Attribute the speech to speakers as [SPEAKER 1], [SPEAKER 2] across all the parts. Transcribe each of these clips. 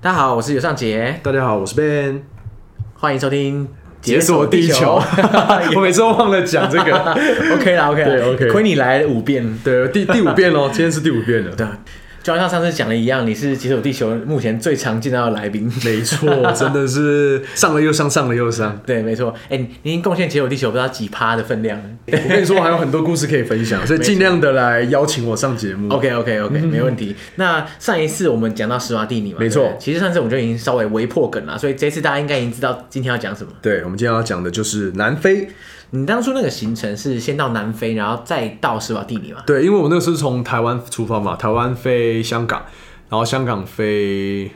[SPEAKER 1] 大家好，我是尤尚杰，
[SPEAKER 2] 大家好，我是 Ben，。
[SPEAKER 1] 欢迎收听《
[SPEAKER 2] 我每次都忘了讲这个。
[SPEAKER 1] OK 啦，OK 啦
[SPEAKER 2] 对，OK
[SPEAKER 1] 亏你来了五遍。
[SPEAKER 2] 对，第第五遍喽，今天是第五遍了。
[SPEAKER 1] 对，就好像上次讲的一样，你是《解锁地球》目前最常见到的来宾。
[SPEAKER 2] 没错，真的是上了又上，上了又上。
[SPEAKER 1] 对，没错。哎、你你已经贡献《解锁地球》不知道几趴的 分量了。
[SPEAKER 2] 我跟你说，还有很多故事可以分享，所以尽量的来邀请我上节目。
[SPEAKER 1] OK OK OK，、没问题。那上一次我们讲到史瓦蒂尼嘛，
[SPEAKER 2] 没错
[SPEAKER 1] 对不对其实上次我们就已经稍微微破梗了，所以这次大家应该已经知道今天要讲什么。
[SPEAKER 2] 对，我们今天要讲的就是南非。
[SPEAKER 1] 你当初那个行程是先到南非，然后再到史瓦蒂尼嘛？
[SPEAKER 2] 对，因为我那个时候是从台湾出发嘛，台湾飞香港，然后香港飞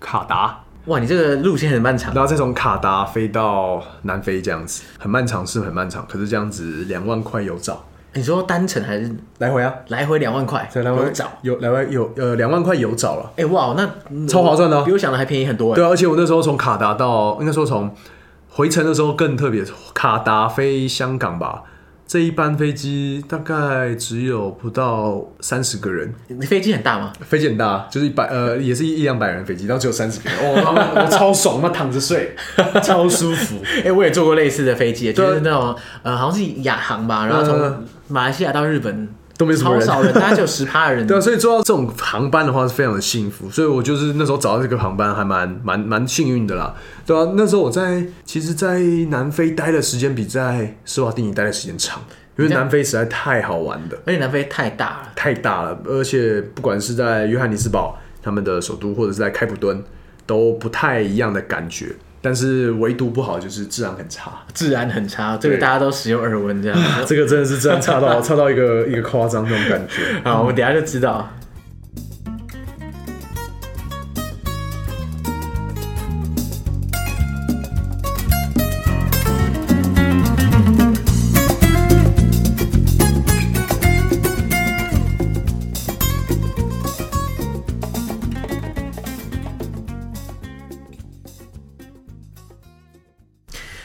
[SPEAKER 2] 卡达，
[SPEAKER 1] 哇，你这个路线很漫长。
[SPEAKER 2] 然后再从卡达飞到南非，这样子很漫长，是很漫长。可是这样子两万块有找，
[SPEAKER 1] 你说单程还是
[SPEAKER 2] 来回啊。
[SPEAKER 1] 来回两万块？
[SPEAKER 2] 在两万
[SPEAKER 1] 有找。
[SPEAKER 2] 有两万有呃两万块有找了，
[SPEAKER 1] 哎、哇，那嗯
[SPEAKER 2] 超划算的啊
[SPEAKER 1] 比我想的还便宜很多哎、
[SPEAKER 2] 对啊，而且我那时候从卡达到那时候从回程的时候更特别，卡达飞香港吧，这一班飞机大概只有不到三十个人，
[SPEAKER 1] 你欸飞机很大吗？
[SPEAKER 2] 飞机很大，就是一百呃也是一一两百人飞机，然后只有三十个人，哦，他们我超爽，妈躺着睡， 超舒服，
[SPEAKER 1] 哎、我也坐过类似的飞机，
[SPEAKER 2] 嗯对
[SPEAKER 1] 就
[SPEAKER 2] 啊
[SPEAKER 1] 是那种呃，好像是亚航吧，然后从
[SPEAKER 2] 嗯
[SPEAKER 1] 马来西亚到日本
[SPEAKER 2] 都没什
[SPEAKER 1] 超
[SPEAKER 2] 么人。
[SPEAKER 1] 少人，大概只有十趴的人。
[SPEAKER 2] 对啊，所以做到这种航班的话是非常的幸福，所以我就是那时候找到这个航班还蛮蛮蛮幸运的啦，对啊，那时候我在其实，在南非待的时间比在斯瓦蒂尼待的时间长，因为南非实在太好玩了，
[SPEAKER 1] 而且南非太大了，
[SPEAKER 2] 太大了，而且不管是在约翰尼斯堡他们的首都，或者是在开普敦，都不太一样的感觉，但是唯独不好就是治安很差。
[SPEAKER 1] 治安很差，这个
[SPEAKER 2] 对
[SPEAKER 1] 大家都时有耳闻这样。
[SPEAKER 2] 这个真的是治安差到差到一个一个夸张那种感觉。
[SPEAKER 1] 好，我们等一下就知道。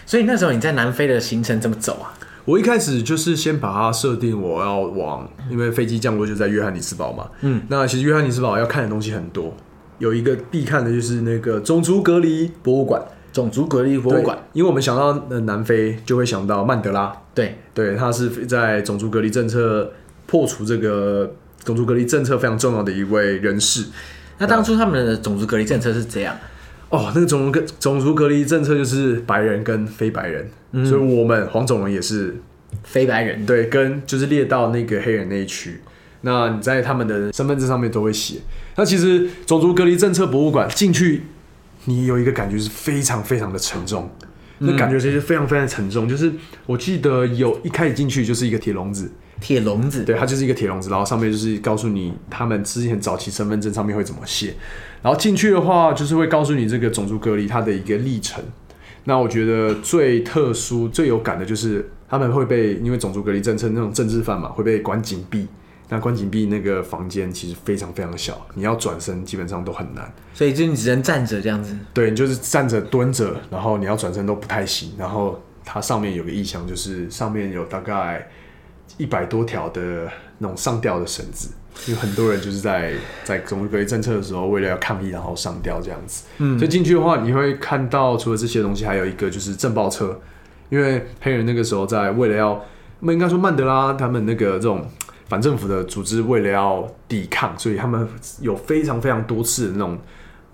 [SPEAKER 1] 所以那时候你在南非的行程怎么走啊？
[SPEAKER 2] 我一开始就是先把它设定，我要往，因为飞机降落就在约翰尼斯堡嘛。嗯，那其实约翰尼斯堡要看的东西很多，有一个必看的就是那个种族隔离博物馆。
[SPEAKER 1] 种族隔离博物馆，
[SPEAKER 2] 对，因为我们想到呃南非，就会想到曼德拉，
[SPEAKER 1] 对，
[SPEAKER 2] 对，他是在种族隔离政策破除这个种族隔离政策非常重要的一位人士。
[SPEAKER 1] 那当初他们的种族隔离政策是怎样？
[SPEAKER 2] 哦，那个种族隔种族隔离政策就是白人跟非白人，
[SPEAKER 1] 嗯
[SPEAKER 2] 所以我们黄种人也是
[SPEAKER 1] 非白人
[SPEAKER 2] 对，跟就是列到那个黑人那一区。那你在他们的身份证上面都会写。那其实种族隔离政策博物馆进去，你有一个感觉是非常非常的沉重，那感觉其实非常非常沉重。就是我记得有一开始进去就是一个铁笼子，
[SPEAKER 1] 铁笼子，
[SPEAKER 2] 对，它就是一个铁笼子，然后上面就是告诉你他们之前早期身份证上面会怎么写，然后进去的话就是会告诉你这个种族隔离它的一个历程。那我觉得最特殊、最有感的就是他们会被因为种族隔离政策那种政治犯嘛，会被关紧闭。那关紧闭那个房间其实非常非常小，你要转身基本上都很难。
[SPEAKER 1] 所以就你只能站着这样子。
[SPEAKER 2] 对你就是站着、蹲着，然后你要转身都不太行。然后它上面有个意象，就是上面有大概一百多条的那种上吊的绳子，因为很多人就是在在种族隔离政策的时候，为了要抗议，然后上吊这样子。嗯，所以进去的话，你会看到除了这些东西，还有一个就是震爆车，因为黑人那个时候在为了要，那应该说曼德拉他们那个这种。反政府的组织为了要抵抗，所以他们有非常非常多次的那种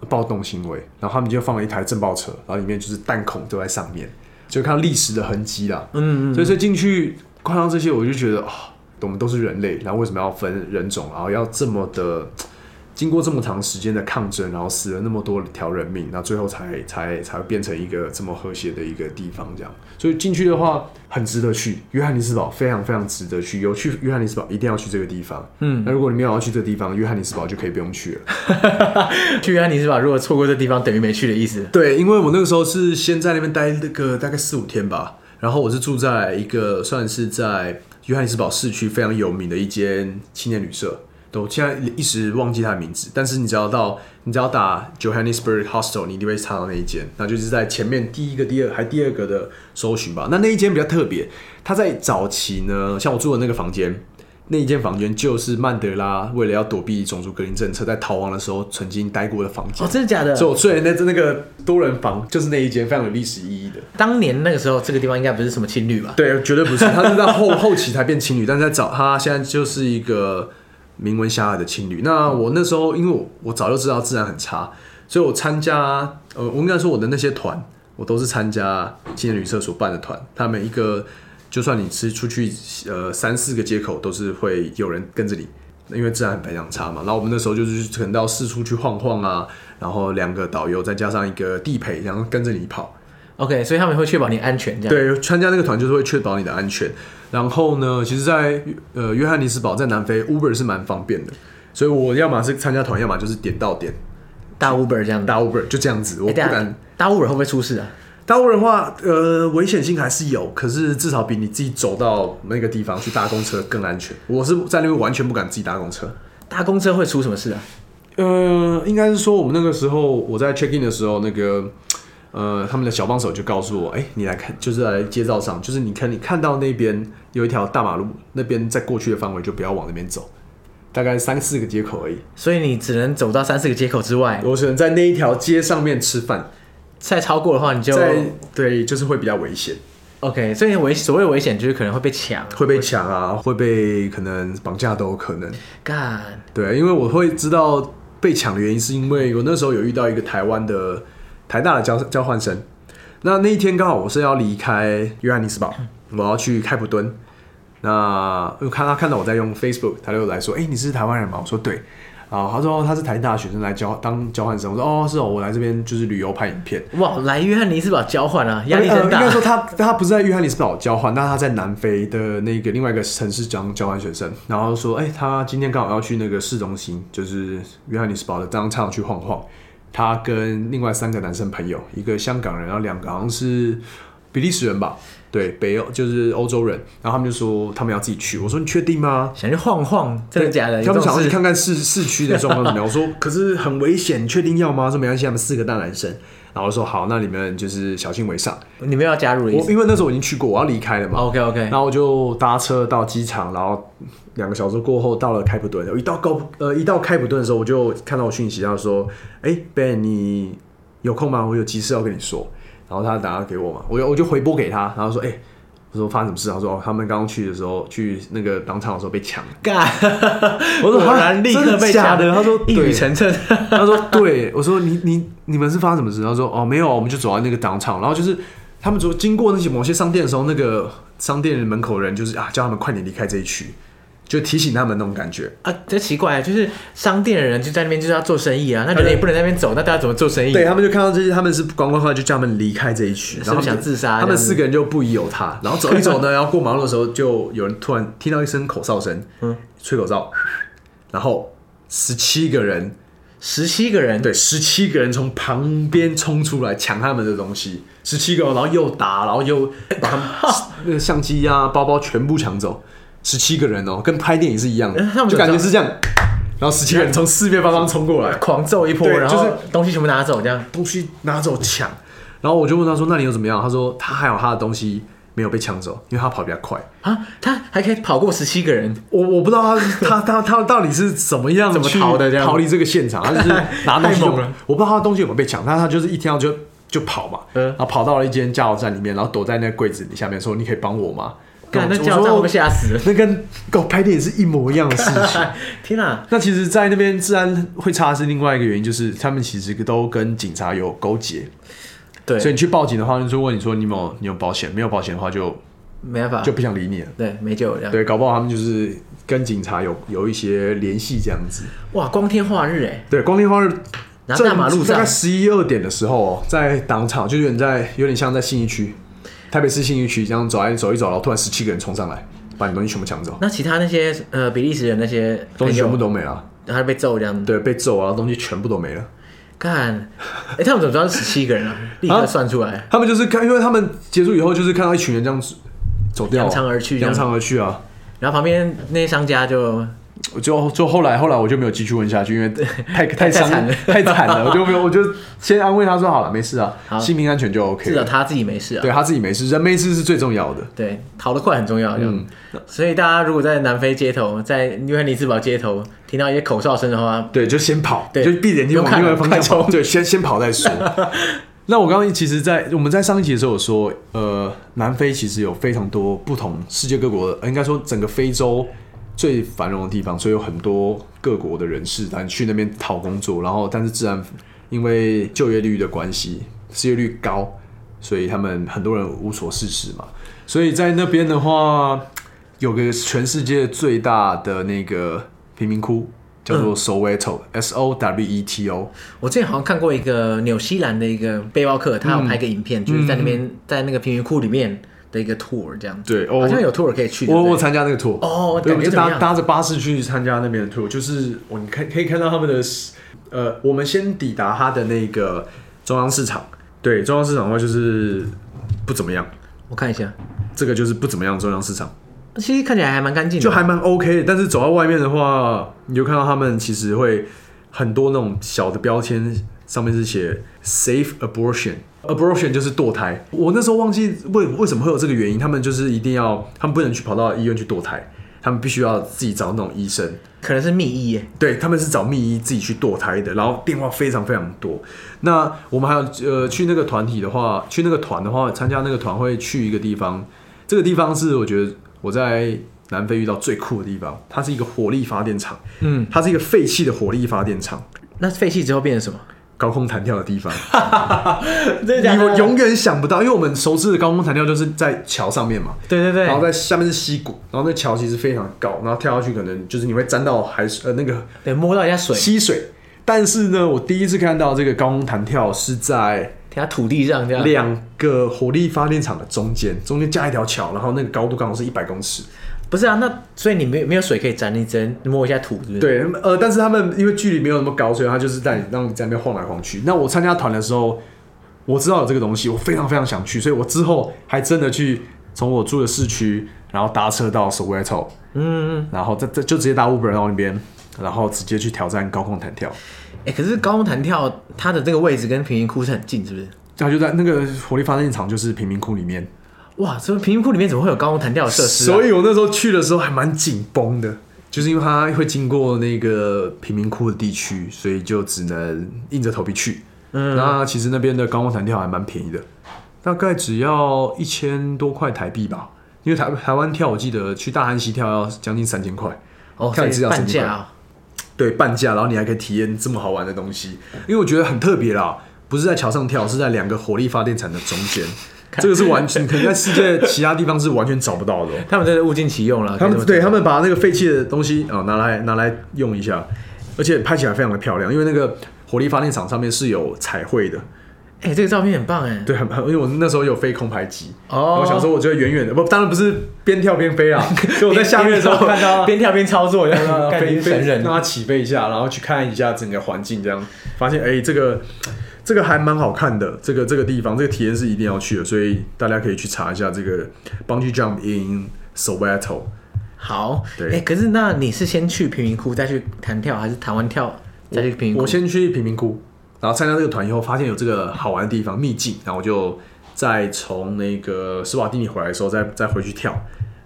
[SPEAKER 2] 暴动行为，然后他们就放了一台震爆车，然后里面就是弹孔都在上面，就看到历史的痕迹啦。嗯嗯所以所以进去看到这些，我就觉得啊、我们都是人类，然后为什么要分人种，然后要这么的经过这么长时间的抗争，然后死了那么多条人命，那最后才才才会变成一个这么和谐的一个地方，这样。所以进去的话，很值得去约翰尼斯堡，非常非常值得去。有去约翰尼斯堡，一定要去这个地方。嗯，那如果你没有要去这个地方，约翰尼斯堡就可以不用去了。
[SPEAKER 1] 去安尼斯堡，如果错过这地方，等于没去的意思。
[SPEAKER 2] 对，因为我那个时候是先在那边待那个大概四五天吧，然后我是住在一个算是在约翰尼斯堡市区非常有名的一间青年旅社，对我现在一时忘记它的名字，但是你只要到你只要打 Johannesburg Hostel，你一定会查到那一间，那就是在前面第一个、第二还第二个的搜寻吧。那那一间比较特别，它在早期呢，像我住的那个房间，那一间房间就是曼德拉为了要躲避种族隔离政策，在逃亡的时候曾经待过的房间。
[SPEAKER 1] 哦，真的假的？
[SPEAKER 2] 所以我睡的那那个多人房就是那一间，非常有历史意义的。
[SPEAKER 1] 当年那个时候，这个地方应该不是什么情侣吧？
[SPEAKER 2] 对，绝对不是，他是在后 后期才变情侣，但是在早他现在就是一个名闻遐迩的情侣。那我那时候因为我我早就知道自然很差，所以我参加呃，我应该说我的那些团，我都是参加青年旅社所办的团，他每一个就算你吃出去呃三四个街口，都是会有人跟着你。因为自然非常差嘛，然后我们那时候就是可能到四处去晃晃啊，然后两个导游再加上一个地陪，然后跟着你跑，
[SPEAKER 1] OK，所以他们会确保你安全，这样。
[SPEAKER 2] 对，参加那个团就是会确保你的安全。然后呢，其实在，呃约翰尼斯堡在南非，Uber 是蛮方便的，所以我要么是参加团，要么就是点到点
[SPEAKER 1] 大 Uber 这样的。
[SPEAKER 2] 搭 Uber，就这样子。我
[SPEAKER 1] 哎
[SPEAKER 2] 不
[SPEAKER 1] 等一下
[SPEAKER 2] 敢
[SPEAKER 1] 大 Uber 会不会出事啊？
[SPEAKER 2] 搭 Uber 的话，呃，危险性还是有，可是至少比你自己走到那个地方去搭公车更安全。我是在那边完全不敢自己搭公车。
[SPEAKER 1] 搭公车会出什么事啊？
[SPEAKER 2] 呃，应该是说我们那个时候我在 check in 的时候，那个呃他们的小帮手就告诉我，哎、你来看，就是来街道上，就是你看你看到那边有一条大马路，那边在过去的范围就不要往那边走，大概三四个街口而已。
[SPEAKER 1] 所以你只能走到三四个街口之外，
[SPEAKER 2] 我只能在那一条街上面吃饭，
[SPEAKER 1] 再超过的话你就
[SPEAKER 2] 在对，就是会比较危险，
[SPEAKER 1] OK。所以危所谓危险就是可能会被抢。
[SPEAKER 2] 会被抢啊，会被可能绑架都有可能。
[SPEAKER 1] 干
[SPEAKER 2] 对，因为我会知道被抢的原因，是因为我那时候有遇到一个台湾的台大的交交换生。那那一天刚好我是要离开约翰尼斯堡，我要去开普敦。那我看他看到我在用 Facebook，他就来说：“哎、你是台湾人吗？”我说：“对。”然后他说：“哦他是台大学生来交当交换生。”我说：“哦，是哦，我来这边就是旅游拍影片。”
[SPEAKER 1] 哇，来约翰尼斯堡交换啊，压力
[SPEAKER 2] 呃
[SPEAKER 1] 真大
[SPEAKER 2] 应该。说他他不是在约翰尼斯堡交换，但他在南非的那个另外一个城市当交换学生。然后说，哎、他今天刚好要去那个市中心，就是约翰尼斯堡的当场去晃晃。他跟另外三个男生朋友，一个香港人，然后两个好像是比利时人吧，对，北欧就是欧洲人。然后他们就说他们要自己去，我说你确定 吗？
[SPEAKER 1] 想去晃晃，真的假的？
[SPEAKER 2] 他
[SPEAKER 1] 有这
[SPEAKER 2] 们
[SPEAKER 1] 种
[SPEAKER 2] 想要去
[SPEAKER 1] 事？
[SPEAKER 2] 看看市市区的状况怎么样。我说，可是很危险，你确定要吗？他说没关系，他们四个大男生。然后我说好，那你们就是小心为上。
[SPEAKER 1] 你们要加入的意
[SPEAKER 2] 我
[SPEAKER 1] 思
[SPEAKER 2] 因为那时候我已经去过，我要离开了嘛，
[SPEAKER 1] ？OK OK，
[SPEAKER 2] 然后我就搭车到机场，然后两个小时过后到了开普敦。我一到高呃一到开普敦的时候，我就看到我讯息，他说：“哎、b e n 你有空吗？我有急事要跟你说。”然后他打电话给我嘛，我就我就回拨给他，然后说：“哎、我说发生什么事？”他说：“哦，他们刚刚去的时候，去那个当场的时候被抢。”
[SPEAKER 1] 干，
[SPEAKER 2] 我说
[SPEAKER 1] 果
[SPEAKER 2] 哈
[SPEAKER 1] 然立
[SPEAKER 2] 真
[SPEAKER 1] 刻
[SPEAKER 2] 的
[SPEAKER 1] 被
[SPEAKER 2] 假
[SPEAKER 1] 吓
[SPEAKER 2] 的他说
[SPEAKER 1] 一
[SPEAKER 2] 对
[SPEAKER 1] 语成谶。
[SPEAKER 2] 他说：“对。”我说：“你你你们是发生什么事？”他说：“哦，没有，我们就走到那个当场，然后就是他们走经过那些某些商店的时候，那个商店门口的人就是啊，叫他们快点离开这一区，就提醒他们那种感觉。
[SPEAKER 1] 啊，这奇怪，就是商店的人就在那边就是要做生意啊，那人也不能在那边走，那大家怎么做生意？
[SPEAKER 2] 呃对啊他们就看到这些，他们是观光客，就叫他们离开这一区，
[SPEAKER 1] 是
[SPEAKER 2] 然后
[SPEAKER 1] 不是想自杀
[SPEAKER 2] 他们
[SPEAKER 1] 这样子
[SPEAKER 2] 四个人就不疑有他，然后走一走 呢，然后过马路的时候，就有人突然听到一声口哨声，嗯，吹口哨，然后十七个人，
[SPEAKER 1] 十七个人，
[SPEAKER 2] 对，十七个人从旁边冲出来抢他们的东西，十七个哦，然后又打，然 后又把他们那个相机啊、包包全部抢走，十七个人哦，跟拍电影是一样的
[SPEAKER 1] 哎他，们
[SPEAKER 2] 就
[SPEAKER 1] 怎么
[SPEAKER 2] 感觉
[SPEAKER 1] 知道
[SPEAKER 2] 是这样，然后十七个人从四面八方冲过来，
[SPEAKER 1] 狂揍一波，
[SPEAKER 2] 对
[SPEAKER 1] 然
[SPEAKER 2] 就
[SPEAKER 1] 后
[SPEAKER 2] 是
[SPEAKER 1] 东西全部拿走，这样
[SPEAKER 2] 东西拿走抢，然后我就问他说：“那你又怎么样？”他说：“他还有他的东西没有被抢走，因为他跑比较快。”
[SPEAKER 1] 啊，他还可以跑过十七个人，
[SPEAKER 2] 我我不知道他他他他到底是怎么样
[SPEAKER 1] 怎么
[SPEAKER 2] 去
[SPEAKER 1] 逃的这样
[SPEAKER 2] 逃离这个现场，他就是 拿东西
[SPEAKER 1] 太
[SPEAKER 2] 就
[SPEAKER 1] 猛了，
[SPEAKER 2] 我不知道他东西有没有被抢，但他就是一听到就就跑嘛，
[SPEAKER 1] 嗯
[SPEAKER 2] 然后跑到了一间加油站里面，然后躲在那个柜子里下面说：“你可以帮我吗？”
[SPEAKER 1] 干那
[SPEAKER 2] 我
[SPEAKER 1] 加油站
[SPEAKER 2] 说
[SPEAKER 1] 我被吓死了。
[SPEAKER 2] 那跟狗拍电影是一模一样的事情。
[SPEAKER 1] 天啊，
[SPEAKER 2] 那其实，在那边治安会差是另外一个原因，就是他们其实都跟警察有勾结，
[SPEAKER 1] 对，
[SPEAKER 2] 所以你去报警的话，就是问你说你有没有你有保险，没有保险的话就
[SPEAKER 1] 没办法，
[SPEAKER 2] 就不想理你了。
[SPEAKER 1] 对没救了这样。
[SPEAKER 2] 对，搞不好他们就是跟警察有有一些联系这样子。
[SPEAKER 1] 哇，光天化日哎，
[SPEAKER 2] 对，光天化日，
[SPEAKER 1] 然后
[SPEAKER 2] 正
[SPEAKER 1] 大马路
[SPEAKER 2] 大概
[SPEAKER 1] 上
[SPEAKER 2] 十一二点的时候，哦在当场就有点在有点像在信义区，台北市信义区这样走来走一走，然后突然十七个人冲上来，把你东西全部抢走，
[SPEAKER 1] 那其他那些呃比利时人那些
[SPEAKER 2] 东西
[SPEAKER 1] 朋友
[SPEAKER 2] 全部，都没了，
[SPEAKER 1] 然后被揍这样。
[SPEAKER 2] 对，被揍啊，东西全部都没了。
[SPEAKER 1] 干，哎，他们怎么知道是十七个人 啊？立刻算出来。
[SPEAKER 2] 他们就是看，因为他们结束以后就是看到一群人这样子走掉、啊，
[SPEAKER 1] 扬长而去这样
[SPEAKER 2] 扬长而去啊。
[SPEAKER 1] 然后旁边那些商家就
[SPEAKER 2] 我就就后来后来我就没有继续问下去， 因为太太伤
[SPEAKER 1] 惨了
[SPEAKER 2] 太惨了，我就没有我就先安慰他说好了，没事啊，
[SPEAKER 1] 好
[SPEAKER 2] 性命安全就 OK
[SPEAKER 1] 至少
[SPEAKER 2] 了。
[SPEAKER 1] 他自己没事啊。
[SPEAKER 2] 对他自己没事，人没事是最重要的。
[SPEAKER 1] 对，逃得快很重要。嗯，所以大家如果在南非街头，在约翰尼斯堡街头听到一些口哨声的话，
[SPEAKER 2] 对，就先跑，
[SPEAKER 1] 对
[SPEAKER 2] 就闭着眼睛往另外一个方向
[SPEAKER 1] 不用看了快
[SPEAKER 2] 跑，对，先 先跑再说。那我刚刚其实在，我们在上一集的时候有说，呃，南非其实有非常多不同世界各国的，呃应该说整个非洲最繁荣的地方，所以有很多各国的人士，然后去那边讨工作，然后但是自然因为就业率的关系，失业率高，所以他们很多人无所事事嘛。所以在那边的话，有个全世界最大的那个贫民窟叫
[SPEAKER 1] 嗯
[SPEAKER 2] 做 Soweto，S、O W E T O。
[SPEAKER 1] 我之前好像看过一个纽西兰的一个背包客，他有拍个影片，
[SPEAKER 2] 嗯
[SPEAKER 1] 就是在那边在那个贫民窟里面的一个 tour 这样子。
[SPEAKER 2] 对哦
[SPEAKER 1] 好像有 tour 可以去。
[SPEAKER 2] 我
[SPEAKER 1] 对不
[SPEAKER 2] 我
[SPEAKER 1] 对
[SPEAKER 2] 参加那个 tour，
[SPEAKER 1] 哦
[SPEAKER 2] 对，
[SPEAKER 1] 感
[SPEAKER 2] 我
[SPEAKER 1] 觉
[SPEAKER 2] 就
[SPEAKER 1] 怎么
[SPEAKER 2] 搭
[SPEAKER 1] 样
[SPEAKER 2] 搭着巴士去参加那边的 tour，就是我你看可以看到他们的，呃，我们先抵达它的那个中央市场，对，中央市场的话就是不怎么样，
[SPEAKER 1] 我看一下，
[SPEAKER 2] 这个就是不怎么样中央市场，
[SPEAKER 1] 其实看起来还蛮干净的，
[SPEAKER 2] 就还蛮 OK 的，但是走到外面的话，你就看到他们其实会很多那种小的标签，上面是写 “safe abortion”。abortion 就是堕胎，我那时候忘记为为什么会有这个原因，他们就是一定要，他们不能去跑到医院去堕胎，他们必须要自己找那种医生，
[SPEAKER 1] 可能是密意耶。
[SPEAKER 2] 对，他们是找密医自己去堕胎的，然后电话非常非常多。那我们还有呃去那个团体的话，去那个团的话，参加那个团会去一个地方，这个地方是我觉得我在南非遇到最酷的地方，它是一个火力发电厂，
[SPEAKER 1] 嗯，
[SPEAKER 2] 它是一个废弃的火力发电厂，
[SPEAKER 1] 那废弃之后变成什 么？
[SPEAKER 2] 高空弹跳的地方。
[SPEAKER 1] 对
[SPEAKER 2] 你我永远想不到，因为我们熟知的高空弹跳就是在桥上面嘛，
[SPEAKER 1] 对对对，
[SPEAKER 2] 然后在下面是溪谷，然后那桥其实非常高，然后跳下去可能就是你会沾到海水呃那个
[SPEAKER 1] 对摸到一下水，
[SPEAKER 2] 吸水。但是呢，我第一次看到这个高空弹跳是在
[SPEAKER 1] 停在土地上这样。
[SPEAKER 2] 两个火力发电厂的中间，中间架一条桥，然后那个高度刚好是一百公尺。
[SPEAKER 1] 不是啊，那所以你没有没有水可以沾，你只能摸一下土，是不是？，
[SPEAKER 2] 对，呃，但是他们因为距离没有那么高，所以他就是带你让你在那边晃来晃去。那我参加团的时候，我知道有这个东西，我非常非常想去，所以我之后还真的去从我住的市区，然后搭车到 Soweto，
[SPEAKER 1] 嗯，
[SPEAKER 2] 然后再再就直接搭 Uber 到那边，然后直接去挑战高空弹跳。
[SPEAKER 1] 哎、可是高空弹跳它的这个位置跟贫民窟是很近，是不是？
[SPEAKER 2] 他就在那个火力发电厂，就是贫民窟里面。
[SPEAKER 1] 哇，这贫民窟里面怎么会有高空弹跳的设施、啊？
[SPEAKER 2] 所以我那时候去的时候还蛮紧绷的，就是因为它会经过那个贫民窟的地区，所以就只能硬着头皮去。嗯，那其实那边的高空弹跳还蛮便宜的，大概只要一千多块台币吧。因为台台湾跳，我记得去大汉溪跳要将近三千块，
[SPEAKER 1] 哦，
[SPEAKER 2] 看
[SPEAKER 1] 所
[SPEAKER 2] 你是
[SPEAKER 1] 以
[SPEAKER 2] 要
[SPEAKER 1] 半
[SPEAKER 2] 什么
[SPEAKER 1] 价
[SPEAKER 2] 款
[SPEAKER 1] 啊、
[SPEAKER 2] 对，半价，然后你还可以体验这么好玩的东西。因为我觉得很特别啦，不是在桥上跳，是在两个火力发电厂的中间，这个是完全可能在世界其他地方是完全找不到的哦、
[SPEAKER 1] 他们真的物尽其用了。可
[SPEAKER 2] 他
[SPEAKER 1] 以这么
[SPEAKER 2] 们对
[SPEAKER 1] 讲
[SPEAKER 2] 他们把那个废弃的东西啊、哦拿来拿来用一下，而且拍起来非常的漂亮，因为那个火力发电厂上面是有彩绘的，
[SPEAKER 1] 哎、这个照片很棒哎。
[SPEAKER 2] 对，很很，因为我那时候有飞空拍机，
[SPEAKER 1] 哦
[SPEAKER 2] 我想说我就会远远的，不，当然不是边跳边飞啊，所以我在下面的时候看到。
[SPEAKER 1] 边跳边操作，这样感
[SPEAKER 2] 飞
[SPEAKER 1] 觉神
[SPEAKER 2] 飞，
[SPEAKER 1] 人
[SPEAKER 2] 让。它起飞一下，然后去看一下整个环境，这样发现哎、这个这个还蛮好看的，这个这个地方这个体验是一定要去的，所以大家可以去查一下这个 Bungee Jump in Soweto。
[SPEAKER 1] 好，哎、
[SPEAKER 2] 对
[SPEAKER 1] 可是那你是先去贫民窟再去弹跳，还是弹完跳再去贫民窟？
[SPEAKER 2] 我先去贫民窟，然后参加这个团以后，发现有这个好玩的地方秘境，然后我就再从那个斯瓦蒂尼回来的时候再再回去跳。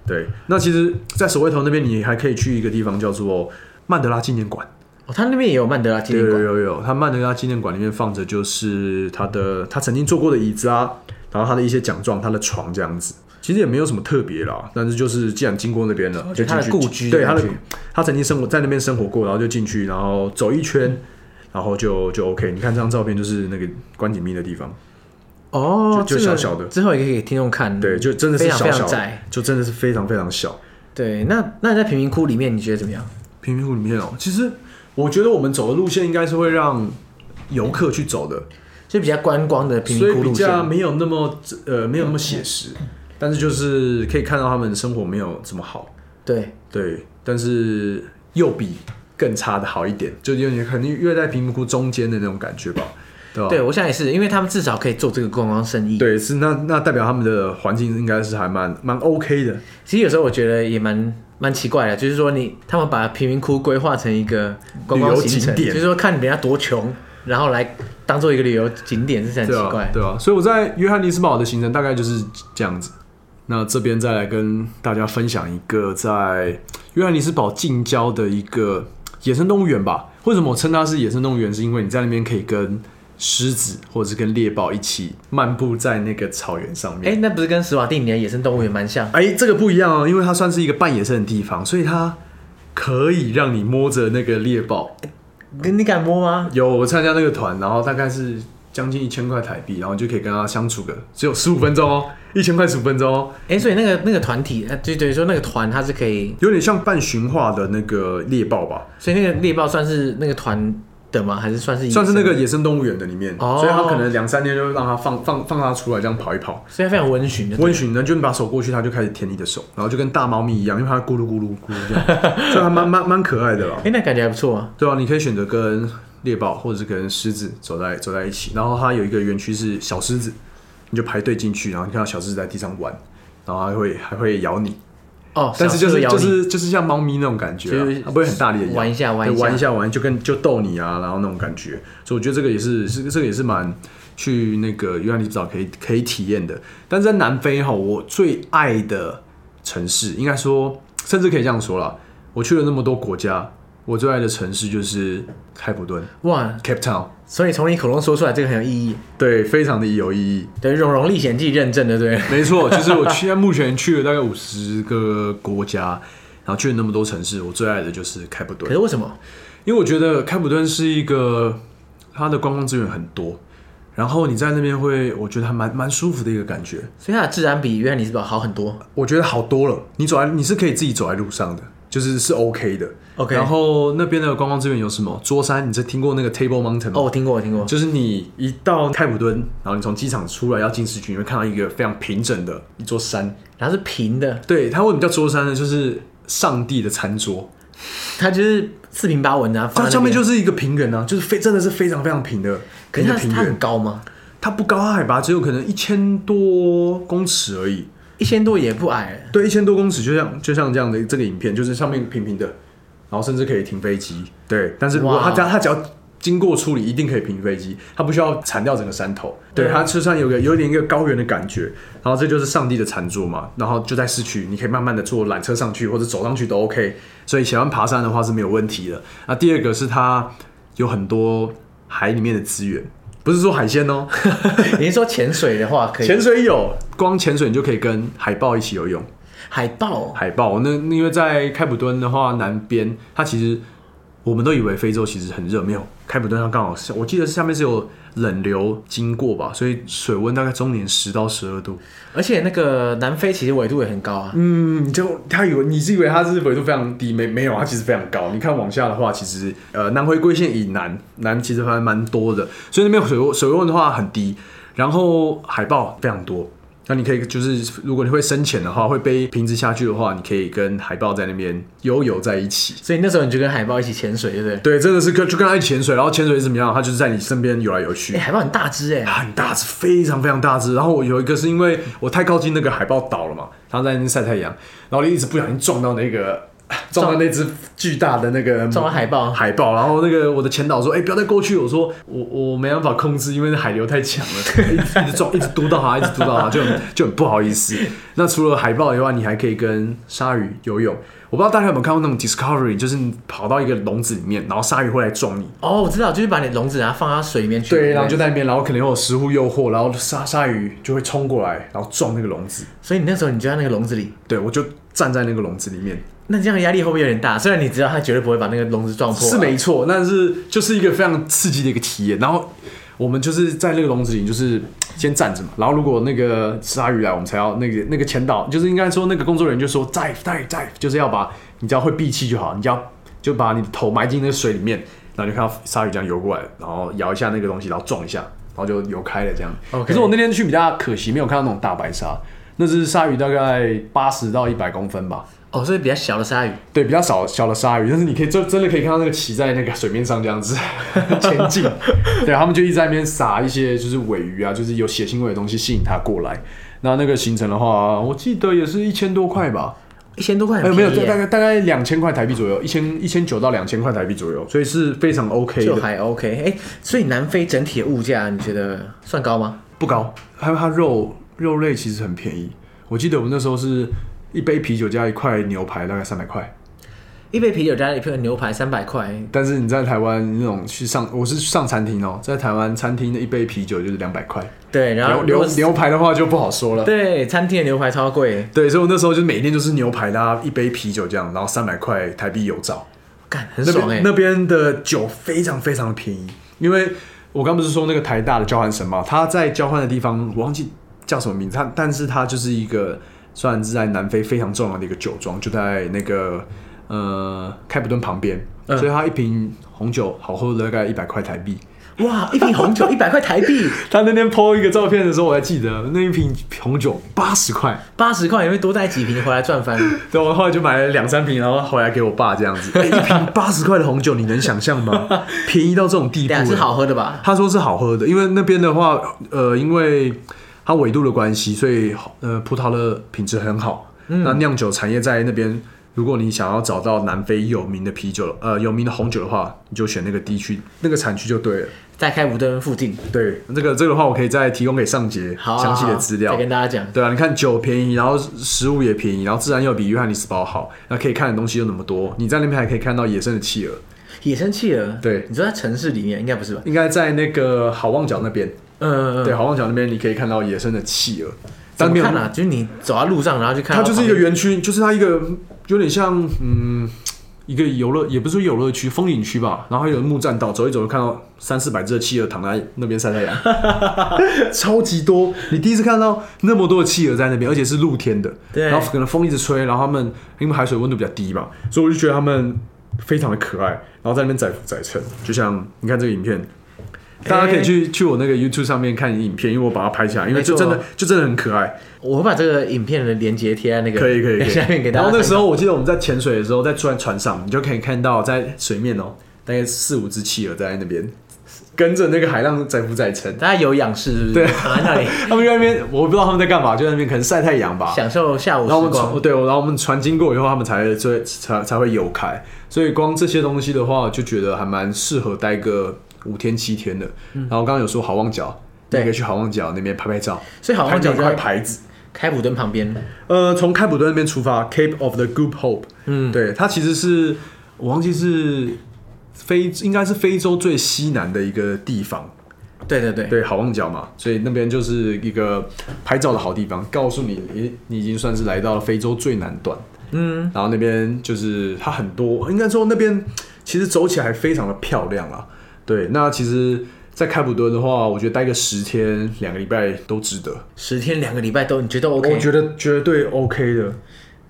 [SPEAKER 2] 对，那其实，在守卫头那边，你还可以去一个地方叫做曼德拉纪念馆。
[SPEAKER 1] 哦，他那边也有曼德拉纪念
[SPEAKER 2] 有
[SPEAKER 1] 馆。
[SPEAKER 2] 有有，他曼德拉纪念馆里面放着就是他的他曾经坐过的椅子啊，然后他的一些奖状、他的床这样子。其实也没有什么特别啦，但是就是既然经过那边了，就
[SPEAKER 1] 就他的
[SPEAKER 2] 进去
[SPEAKER 1] 故居
[SPEAKER 2] 对
[SPEAKER 1] 的
[SPEAKER 2] 他的
[SPEAKER 1] 感觉
[SPEAKER 2] 他曾经生活在那边生活过，然后就进去，然后走一圈，然后就就 OK。你看这张照片就是那个关紧密的地方，
[SPEAKER 1] 哦，
[SPEAKER 2] 就就
[SPEAKER 1] 这个
[SPEAKER 2] 小小的
[SPEAKER 1] 之后也可以给听众看。
[SPEAKER 2] 对，就真的
[SPEAKER 1] 嗯
[SPEAKER 2] 是
[SPEAKER 1] 非常
[SPEAKER 2] 小
[SPEAKER 1] 非常
[SPEAKER 2] 小的
[SPEAKER 1] 窄，
[SPEAKER 2] 就真的是非常非常小。
[SPEAKER 1] 对，那那你在贫民窟里面你觉得怎么样？
[SPEAKER 2] 贫民窟里面哦，其实我觉得我们走的路线应该是会让游客去走的，
[SPEAKER 1] 就比较观光的贫
[SPEAKER 2] 所
[SPEAKER 1] 民
[SPEAKER 2] 以
[SPEAKER 1] 窟
[SPEAKER 2] 比
[SPEAKER 1] 路线。嗯
[SPEAKER 2] 较没有那么呃没有那么写实，但是就是可以看到他们生活没有这么好，
[SPEAKER 1] 对，
[SPEAKER 2] 对，但是又比更差的好一点，就有点肯定越在贫民窟中间的那种感觉吧。对吧
[SPEAKER 1] 对，我想也是，因为他们至少可以做这个观光生意。，
[SPEAKER 2] 哦对，是那那代表他们的环境应该是还蛮蛮 OK 的，
[SPEAKER 1] 其实有时候我觉得也蛮蛮奇怪的，就是说你他们把贫民窟规划成一个观光
[SPEAKER 2] 旅游
[SPEAKER 1] 行程，
[SPEAKER 2] 景点
[SPEAKER 1] 就是说看人家多穷，然后来当做一个旅游景点，是很奇
[SPEAKER 2] 对
[SPEAKER 1] 怪
[SPEAKER 2] 啊，。对啊。所以我在约翰尼斯堡的行程大概就是这样子。那这边再来跟大家分享一个在约翰尼斯堡近郊的一个野生动物园吧。为什么我称它是野生动物园？是因为你在那边可以跟狮子或者是跟猎豹一起漫步在那个草原上面
[SPEAKER 1] 哎、。那不是跟史瓦蒂尼的野生动物园蛮像？
[SPEAKER 2] 哎、这个不一样哦，因为它算是一个半野生的地方，所以它可以让你摸着那个猎豹。
[SPEAKER 1] 你
[SPEAKER 2] 嗯
[SPEAKER 1] 你敢摸吗？
[SPEAKER 2] 有我参加那个团，然后大概是将近一千块台币，然后就可以跟它相处个只有十五分钟哦，一千块十五分钟哦，
[SPEAKER 1] 哎、所以那个那个团体，呃就等于说那个团它是可以，
[SPEAKER 2] 有点像半驯化的那个猎豹吧，
[SPEAKER 1] 所以那个猎豹算是那个团的吗？还是算是
[SPEAKER 2] 算是那个
[SPEAKER 1] 野生，
[SPEAKER 2] 野生动物园的里面，
[SPEAKER 1] 哦
[SPEAKER 2] 所以它可能两三天就让它放放放它出来这样跑一跑。
[SPEAKER 1] 所以它非常温驯的。
[SPEAKER 2] 温驯呢，就你把手过去，它就开始舔你的手，然后就跟大猫咪一样，因为它咕噜咕噜咕噜这样，所以还蛮蛮蛮可爱的啦。
[SPEAKER 1] 哎、那感觉还不错啊。
[SPEAKER 2] 对啊，你可以选择跟猎豹或者是跟狮子走在走在一起，然后它有一个园区是小狮子，你就排队进去，然后你看到小狮子在地上玩，然后还会还会咬你，
[SPEAKER 1] 哦，
[SPEAKER 2] 但是就
[SPEAKER 1] 小
[SPEAKER 2] 是
[SPEAKER 1] 狮咬
[SPEAKER 2] 就
[SPEAKER 1] 你
[SPEAKER 2] 是就是像猫咪那种感觉、啊
[SPEAKER 1] 就是，
[SPEAKER 2] 它不会很大力的咬
[SPEAKER 1] 玩一下玩一
[SPEAKER 2] 对
[SPEAKER 1] 下
[SPEAKER 2] 玩一下玩，就跟就逗你啊，然后那种感觉，所以我觉得这个也是是这个也是蛮去那个约翰尼斯岛可以可以体验的。但是在南非哈，我最爱的城市，应该说甚至可以这样说啦，我去了那么多国家，我最爱的城市就是开普敦
[SPEAKER 1] 哇，
[SPEAKER 2] （Cape Town），
[SPEAKER 1] 所以从你口中说出来，这个很有意义，
[SPEAKER 2] 对，非常的有意义。
[SPEAKER 1] 等于《蓉蓉历险记》认证的，对不对。
[SPEAKER 2] 没错，就是我现在目前去 了大概五十个国家，然后去了那么多城市，我最爱的就是开普敦
[SPEAKER 1] 可。是为什么？
[SPEAKER 2] 因为我觉得开普敦是一个它的观光资源很多，然后你在那边会，我觉得还蛮蛮舒服的一个感觉。
[SPEAKER 1] 所以它的治安比约翰尼斯堡好很多。
[SPEAKER 2] 我觉得好多了，你走在你是可以自己走在路上的，就是是 OK 的。
[SPEAKER 1] OK
[SPEAKER 2] 然后那边的观光资源有什么？桌山，你是听过那个 Table Mountain 吗？
[SPEAKER 1] 哦，我听过，我听过。
[SPEAKER 2] 就是你一到开普敦，然后你从机场出来要进市区，你会看到一个非常平整的一座山。
[SPEAKER 1] 然后是平的，
[SPEAKER 2] 对，它为什么叫桌山呢？就是上帝的餐桌。
[SPEAKER 1] 它就是四平八稳的、啊，放
[SPEAKER 2] 它
[SPEAKER 1] 在
[SPEAKER 2] 上面
[SPEAKER 1] 那边
[SPEAKER 2] 就是一个平原啊，就是非真的是非常非常平的，
[SPEAKER 1] 可是
[SPEAKER 2] 平
[SPEAKER 1] 它
[SPEAKER 2] 的平
[SPEAKER 1] 它
[SPEAKER 2] 原
[SPEAKER 1] 很。高吗？
[SPEAKER 2] 它不高，它海拔只有可能一千多公尺而已。
[SPEAKER 1] 一千多也不 矮。
[SPEAKER 2] 对，一千多公尺，就像就像这样的这个影片，就是上面平平的，然后甚至可以停飞机。对，但是如果
[SPEAKER 1] 哇
[SPEAKER 2] 它只要它只要经过处理，一定可以平飞机，它不需要铲掉整个山头。对，它车上有个有点一个高原的感觉，然后这就是上帝的餐桌嘛。然后就在市区，你可以慢慢的坐缆车上去或者走上去都 OK。所以喜欢爬山的话是没有问题的。那第二个是它有很多海里面的资源，不是说海鲜哦、
[SPEAKER 1] 你是说潜水的话可以？
[SPEAKER 2] 潜水有，光潜水你就可以跟海豹一起游泳。
[SPEAKER 1] 海豹
[SPEAKER 2] 海豹，那那因为在开普敦的话，南边它其实我们都以为非洲其实很热，没有，开普敦它刚好是，我记得是下面是有冷流经过吧，所以水温大概中年十到十二度。
[SPEAKER 1] 而且那个南非其实纬度也很高啊。
[SPEAKER 2] 嗯，你就他以为你是以为它是纬度非常低，没没有，它啊其实非常高。你看往下的话，其实呃南回归线以南，南其实还蛮多的，所以那边水温水温的话很低，然后海豹非常多。那你可以就是，如果你会深潜的话，会背瓶子下去的话，你可以跟海豹在那边悠游在一起。
[SPEAKER 1] 所以那时候你就跟海豹一起潜水，对不对？
[SPEAKER 2] 对，真的是跟就跟它一起潜水，然后潜水是怎么样？它就是在你身边游来游去
[SPEAKER 1] 哎、。海豹很大只哎、
[SPEAKER 2] 很大只，非常非常大只。然后我有一个是因为我太靠近那个海豹岛了嘛，它在那边晒太阳，然后一直不小心撞到那个撞到那只巨大的那个嗯
[SPEAKER 1] 撞到海豹
[SPEAKER 2] 海豹。然后那个我的前导说：“哎、不要再过去！”我说：“我我没办法控制，因为那海流太强了，一 直一直撞，一直嘟到它，一直嘟到它，就很就很不好意思。”那除了海豹以外，你还可以跟鲨鱼游泳。我不知道大家有没有看过那种 Discovery，就是你跑到一个笼子里面，然后鲨鱼会来撞你，
[SPEAKER 1] 哦，我知道，就是把你笼子然后放到水里面去。
[SPEAKER 2] 对，然后就在那边，然后可能有食物诱惑，然后鲨鲨鱼就会冲过来，然后撞那个笼子。
[SPEAKER 1] 所以你那时候你就在那个笼子里，
[SPEAKER 2] 对，我就站在那个笼子里面，
[SPEAKER 1] 那这样压力会不会有点大？虽然你知道它绝对不会把那个笼子撞破啊、
[SPEAKER 2] 是没错，但是就是一个非常刺激的一个体验。然后我们就是在那个笼子里，就是先站着嘛，然后如果那个鲨鱼来，啊我们才要那个那个前导，就是应该说那个工作人员就说 dive dive dive，就是要把你只要会闭气就好，你只要就把你的头埋进那个水里面，然后就看到鲨鱼这样游过来，然后咬一下那个东西，然后撞一下，然后就游开了这样。
[SPEAKER 1] OK
[SPEAKER 2] 可是我那天去比较可惜，没有看到那种大白鲨。那只鲨鱼大概八十到一百公分吧，
[SPEAKER 1] 哦，所以比较小的鲨鱼，
[SPEAKER 2] 对，比较少小的鲨鱼，但是你可以真真的可以看到那个鳍在那个水面上这样子 前进。对，他们就一直在那边撒一些就是尾鱼啊，就是有血腥味的东西吸引它过来。那那个行程的话，我记得也是一千多块吧，
[SPEAKER 1] 一千多块
[SPEAKER 2] 哎、
[SPEAKER 1] 很
[SPEAKER 2] 没有，
[SPEAKER 1] 便宜
[SPEAKER 2] 大
[SPEAKER 1] 耶，
[SPEAKER 2] 概大概两千块台币左右，一千一千九到两千块台币左右，所以是非常 OK
[SPEAKER 1] 就
[SPEAKER 2] 的，
[SPEAKER 1] 还 OK。哎、所以南非整体的物价你觉得算高吗？
[SPEAKER 2] 不高。还有它肉肉类其实很便宜，我记得我们那时候是一杯啤酒加一块牛排，大概三百块。
[SPEAKER 1] 一杯啤酒加一片牛排三百块，
[SPEAKER 2] 但是你在台湾那种去上，我是上餐厅哦、在台湾餐厅的一杯啤酒就是两百块，
[SPEAKER 1] 对，然后
[SPEAKER 2] 牛
[SPEAKER 1] 如
[SPEAKER 2] 牛
[SPEAKER 1] 果是
[SPEAKER 2] 牛排的话就不好说了。
[SPEAKER 1] 对餐厅的牛排超贵，
[SPEAKER 2] 对，所以我那时候就每天就是牛排啦，一杯啤酒这样，然后三百块台币有找。
[SPEAKER 1] 干很
[SPEAKER 2] 那
[SPEAKER 1] 爽
[SPEAKER 2] 边
[SPEAKER 1] 哎、
[SPEAKER 2] 那边的酒非常非常的便宜，因为我刚不是说那个台大的交换生嘛，他在交换的地方我忘记叫什么名字，他但是他就是一个算是在南非非常重要的一个酒庄，就在那个呃开普敦旁边，
[SPEAKER 1] 嗯
[SPEAKER 2] 所以他一瓶红酒好喝了大概一百块台币。
[SPEAKER 1] 哇，一瓶 红酒一百块台币，
[SPEAKER 2] 他那天 PO 一个照片的时候，我还记得那一瓶红酒八十块，
[SPEAKER 1] 八十块你会多带几瓶回来赚 翻。
[SPEAKER 2] 对，我后来就买了两三瓶，然后回来给我爸这样 子。哎一瓶八十块的红酒，你能想象吗？便宜到这种地步欸
[SPEAKER 1] 两
[SPEAKER 2] 了，
[SPEAKER 1] 是好喝的吧？
[SPEAKER 2] 他说是好喝的，因为那边的话，呃，因为它纬度的关系，所以呃，葡萄的品质很好。
[SPEAKER 1] 嗯
[SPEAKER 2] 那酿酒产业在那边，如果你想要找到南非有名的啤酒，呃，有名的红酒的话，你就选那个地区、那个产区就对了。
[SPEAKER 1] 在开普敦附近，
[SPEAKER 2] 对，这个这个的话，我可以再提供给上杰
[SPEAKER 1] 好啊
[SPEAKER 2] 详细的资料
[SPEAKER 1] 再。跟大家讲。
[SPEAKER 2] 对啊，你看酒便宜，然后食物也便宜，然后自然又比约翰尼斯堡好，那可以看的东西又那么多。你在那边还可以看到野生的企鹅，
[SPEAKER 1] 野生企鹅，
[SPEAKER 2] 对
[SPEAKER 1] 你说在城市里面应该不是吧？
[SPEAKER 2] 应该在那个好望角那边。
[SPEAKER 1] 嗯，
[SPEAKER 2] 对，好望角那边你可以看到野生的企鹅，
[SPEAKER 1] 怎
[SPEAKER 2] 但
[SPEAKER 1] 么
[SPEAKER 2] 没有
[SPEAKER 1] 看，啊？就是你走在路上，然后就看
[SPEAKER 2] 它
[SPEAKER 1] 到
[SPEAKER 2] 就是一个园区，就是它一个有点像嗯一个游乐，也不是说游乐区，风景区吧。然后还有木栈道，走一走就看到三四百只的企鹅躺在那边晒太 阳，超级多。你第一次看到那么多的企鹅在那边，而且是露天的，
[SPEAKER 1] 对
[SPEAKER 2] 然后可能风一直吹，然后它们因为海水温度比较低嘛，所以我就觉得它们非常的可爱，然后在那边载浮载沉，就像你看这个影片。大家可以去、去我那个 YouTube 上面看影片，因为我把它拍下来，因为就
[SPEAKER 1] 哎没错
[SPEAKER 2] 真的就真的很可爱。
[SPEAKER 1] 我会把这个影片的连接贴在那个
[SPEAKER 2] 可以可以可以，
[SPEAKER 1] 下面给大家。
[SPEAKER 2] 然后那时
[SPEAKER 1] 候，
[SPEAKER 2] 候我记得我们在潜水的时候，在船船上，你就可以看到在水面哦、大概四五只企鹅在那边跟着那个海浪载浮载 沉。
[SPEAKER 1] 大家有仰视是不是？对，躺在那 里
[SPEAKER 2] 他们就在那边，我不知道他们在干嘛，就在那边可能晒太阳吧。
[SPEAKER 1] 享受下午
[SPEAKER 2] 然后我
[SPEAKER 1] 时
[SPEAKER 2] 们船
[SPEAKER 1] 光。
[SPEAKER 2] 对，然后我们船经过以后，他们才才才才会游开。所以光这些东西的话，就觉得还蛮适合待个五天七天的。然后刚刚有说好望角，
[SPEAKER 1] 嗯对
[SPEAKER 2] 你可以去好望角那边拍拍照，
[SPEAKER 1] 所以好望角
[SPEAKER 2] 看到
[SPEAKER 1] 在
[SPEAKER 2] 一块牌子。
[SPEAKER 1] 开普敦旁边，
[SPEAKER 2] 呃，从开普敦那边出发，Cape of the Good Hope，嗯，对，它其实是我忘记是非应该是非洲最西南的一个地方，
[SPEAKER 1] 对对对，
[SPEAKER 2] 对，好望角嘛，所以那边就是一个拍照的好地方，告诉你你你已经算是来到了非洲最南端，嗯，然后那边就是它很多，应该说那边其实走起来非常的漂亮啦，对，那其实。在开普敦的话，我觉得待个十天、两个礼拜都值得
[SPEAKER 1] 十天两个礼拜都你觉得 OK？
[SPEAKER 2] 我觉得绝对 OK 的。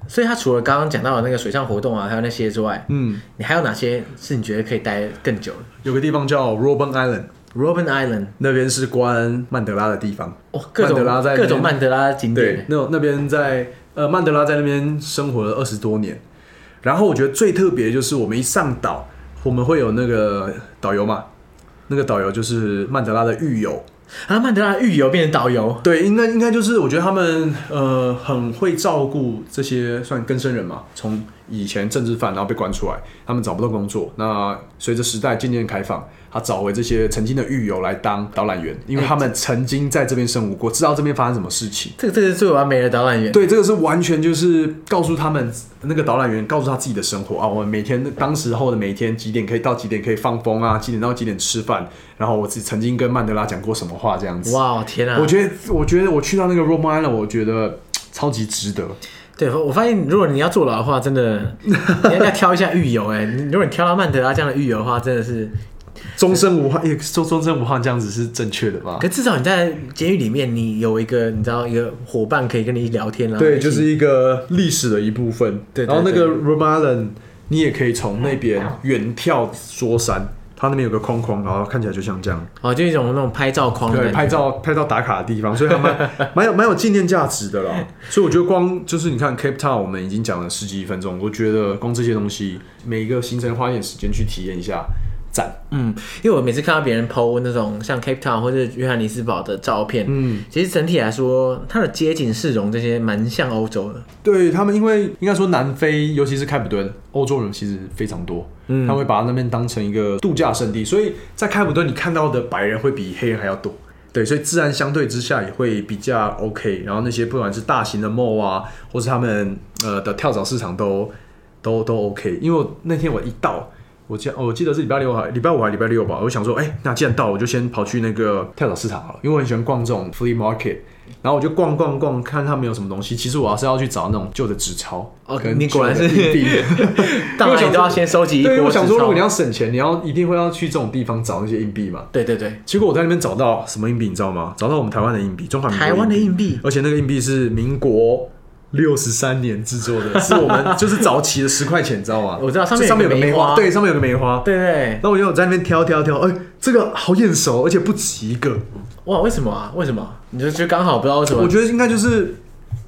[SPEAKER 1] 所以它除了刚刚讲到的那个水上活动啊，还有那些之外，嗯，你还有哪些是你觉得可以待更久的
[SPEAKER 2] 有个地方叫 Robben Island，
[SPEAKER 1] ？Robin Island，
[SPEAKER 2] 那边是关曼德拉的地方。
[SPEAKER 1] 哇，各
[SPEAKER 2] 曼德拉在
[SPEAKER 1] 种
[SPEAKER 2] 那边
[SPEAKER 1] 各种曼德拉景
[SPEAKER 2] 对
[SPEAKER 1] 点，，
[SPEAKER 2] 那那边在呃曼德拉在那边生活了二十多年。然后我觉得最特别的就是我们一上岛，我们会有那个导游嘛，那个导游就是曼德拉的狱友。
[SPEAKER 1] 啊，曼德拉狱友变成导游，
[SPEAKER 2] 对，应该应该就是我觉得他们呃很会照顾这些算更生人嘛，从以前政治犯然后被关出来，他们找不到工作，那随着时代渐渐开放，他找回这些曾经的狱友来当导览员，因为他们曾经在这边生活过，知道这边发生什么事情。
[SPEAKER 1] 这个这个是最完美的导览员。
[SPEAKER 2] 对，这个是完全就是告诉他们那个导览员告诉他自己的生活啊，我们每天当时候的每天几点可以到几点可以放风啊，几点到几点吃饭，然后我自己曾经跟曼德拉讲过什么话这样子。
[SPEAKER 1] 哇，天啊！
[SPEAKER 2] 我觉得，我觉得我去到那个 Rome Island，我觉得超级值得。
[SPEAKER 1] 对，我发现如果你要坐牢的话，真 的你要要挑一下狱友哎、你如果你挑到曼德拉这样的狱友的话，真的是，
[SPEAKER 2] 终身无憾，也终终身无憾这样子是正确的吧？
[SPEAKER 1] 可至少你在监狱里面，你有一个你知道一个伙伴可以跟你聊天啊。一
[SPEAKER 2] 对，
[SPEAKER 1] 起
[SPEAKER 2] 就是一个历史的一部分。
[SPEAKER 1] 对对
[SPEAKER 2] 然后那
[SPEAKER 1] 对
[SPEAKER 2] 个 Rome Island，你也可以从那边远眺桌山，它那边有个空空，然后看起来就像这样，
[SPEAKER 1] 哦，就一种那种拍照狂的
[SPEAKER 2] 对，
[SPEAKER 1] 感觉。
[SPEAKER 2] 拍照拍照打卡的地方，所以还蛮 蛮有蛮有纪念价值的啦。所以我觉得光就是你看 Cape Town，我们已经讲了十几分钟，我觉得光这些东西，每一个行程花一点时间去体验一下，赞。
[SPEAKER 1] 嗯，因为我每次看到别人 PO 那种像 Cape Town 或者约翰尼斯堡的照片，嗯，其实整体来说，它的街景、市容这些蛮像欧洲的。
[SPEAKER 2] 对他们，因为应该说南非，尤其是开普敦，欧洲人其实非常多，嗯，他们会把那边当成一个度假胜地，所以在开普敦你看到的白人会比黑人还要多。对，所以治安相对之下也会比较 OK。然后那些不管是大型的 mall 啊，或是他们呃的跳蚤市场都都都 OK。因为我那天我一到，我记哦我记得是礼拜六还礼拜五还礼拜六吧，我想说，哎、那既然到，我就先跑去那个跳蚤市场好了，因为我很喜欢逛这种 flea market。然后我就逛逛逛，看他们有什么东西。其实我要是要去找那种旧的纸钞，
[SPEAKER 1] 哦
[SPEAKER 2] 跟
[SPEAKER 1] 你果然
[SPEAKER 2] 旧的
[SPEAKER 1] 是
[SPEAKER 2] 硬币
[SPEAKER 1] 到哪里都要
[SPEAKER 2] 因为我想说
[SPEAKER 1] 先收集一
[SPEAKER 2] 对，因为
[SPEAKER 1] 波
[SPEAKER 2] 我
[SPEAKER 1] 纸
[SPEAKER 2] 想说，如
[SPEAKER 1] 钞
[SPEAKER 2] 果你。要省钱，你要一定会要去这种地方找那些硬币嘛。
[SPEAKER 1] 对对对，
[SPEAKER 2] 结果我在那边找到什么硬币，你知道吗？找到我们台湾的硬币，中华民国
[SPEAKER 1] 台湾的硬币
[SPEAKER 2] 而且那个硬币是民国六十三年制作的，是我们就是早期的十块钱，你知道吗？
[SPEAKER 1] 我知道上面
[SPEAKER 2] 就上面
[SPEAKER 1] 有个
[SPEAKER 2] 有个
[SPEAKER 1] 梅
[SPEAKER 2] 梅
[SPEAKER 1] 花
[SPEAKER 2] 对，上面有个梅花。
[SPEAKER 1] 对对，
[SPEAKER 2] 那我就在那边挑挑挑，哎、这个好眼熟，而且不止一个。
[SPEAKER 1] 哇，为什么啊？为什么？你就就刚好不知道为什
[SPEAKER 2] 我
[SPEAKER 1] 么？
[SPEAKER 2] 觉得应该就是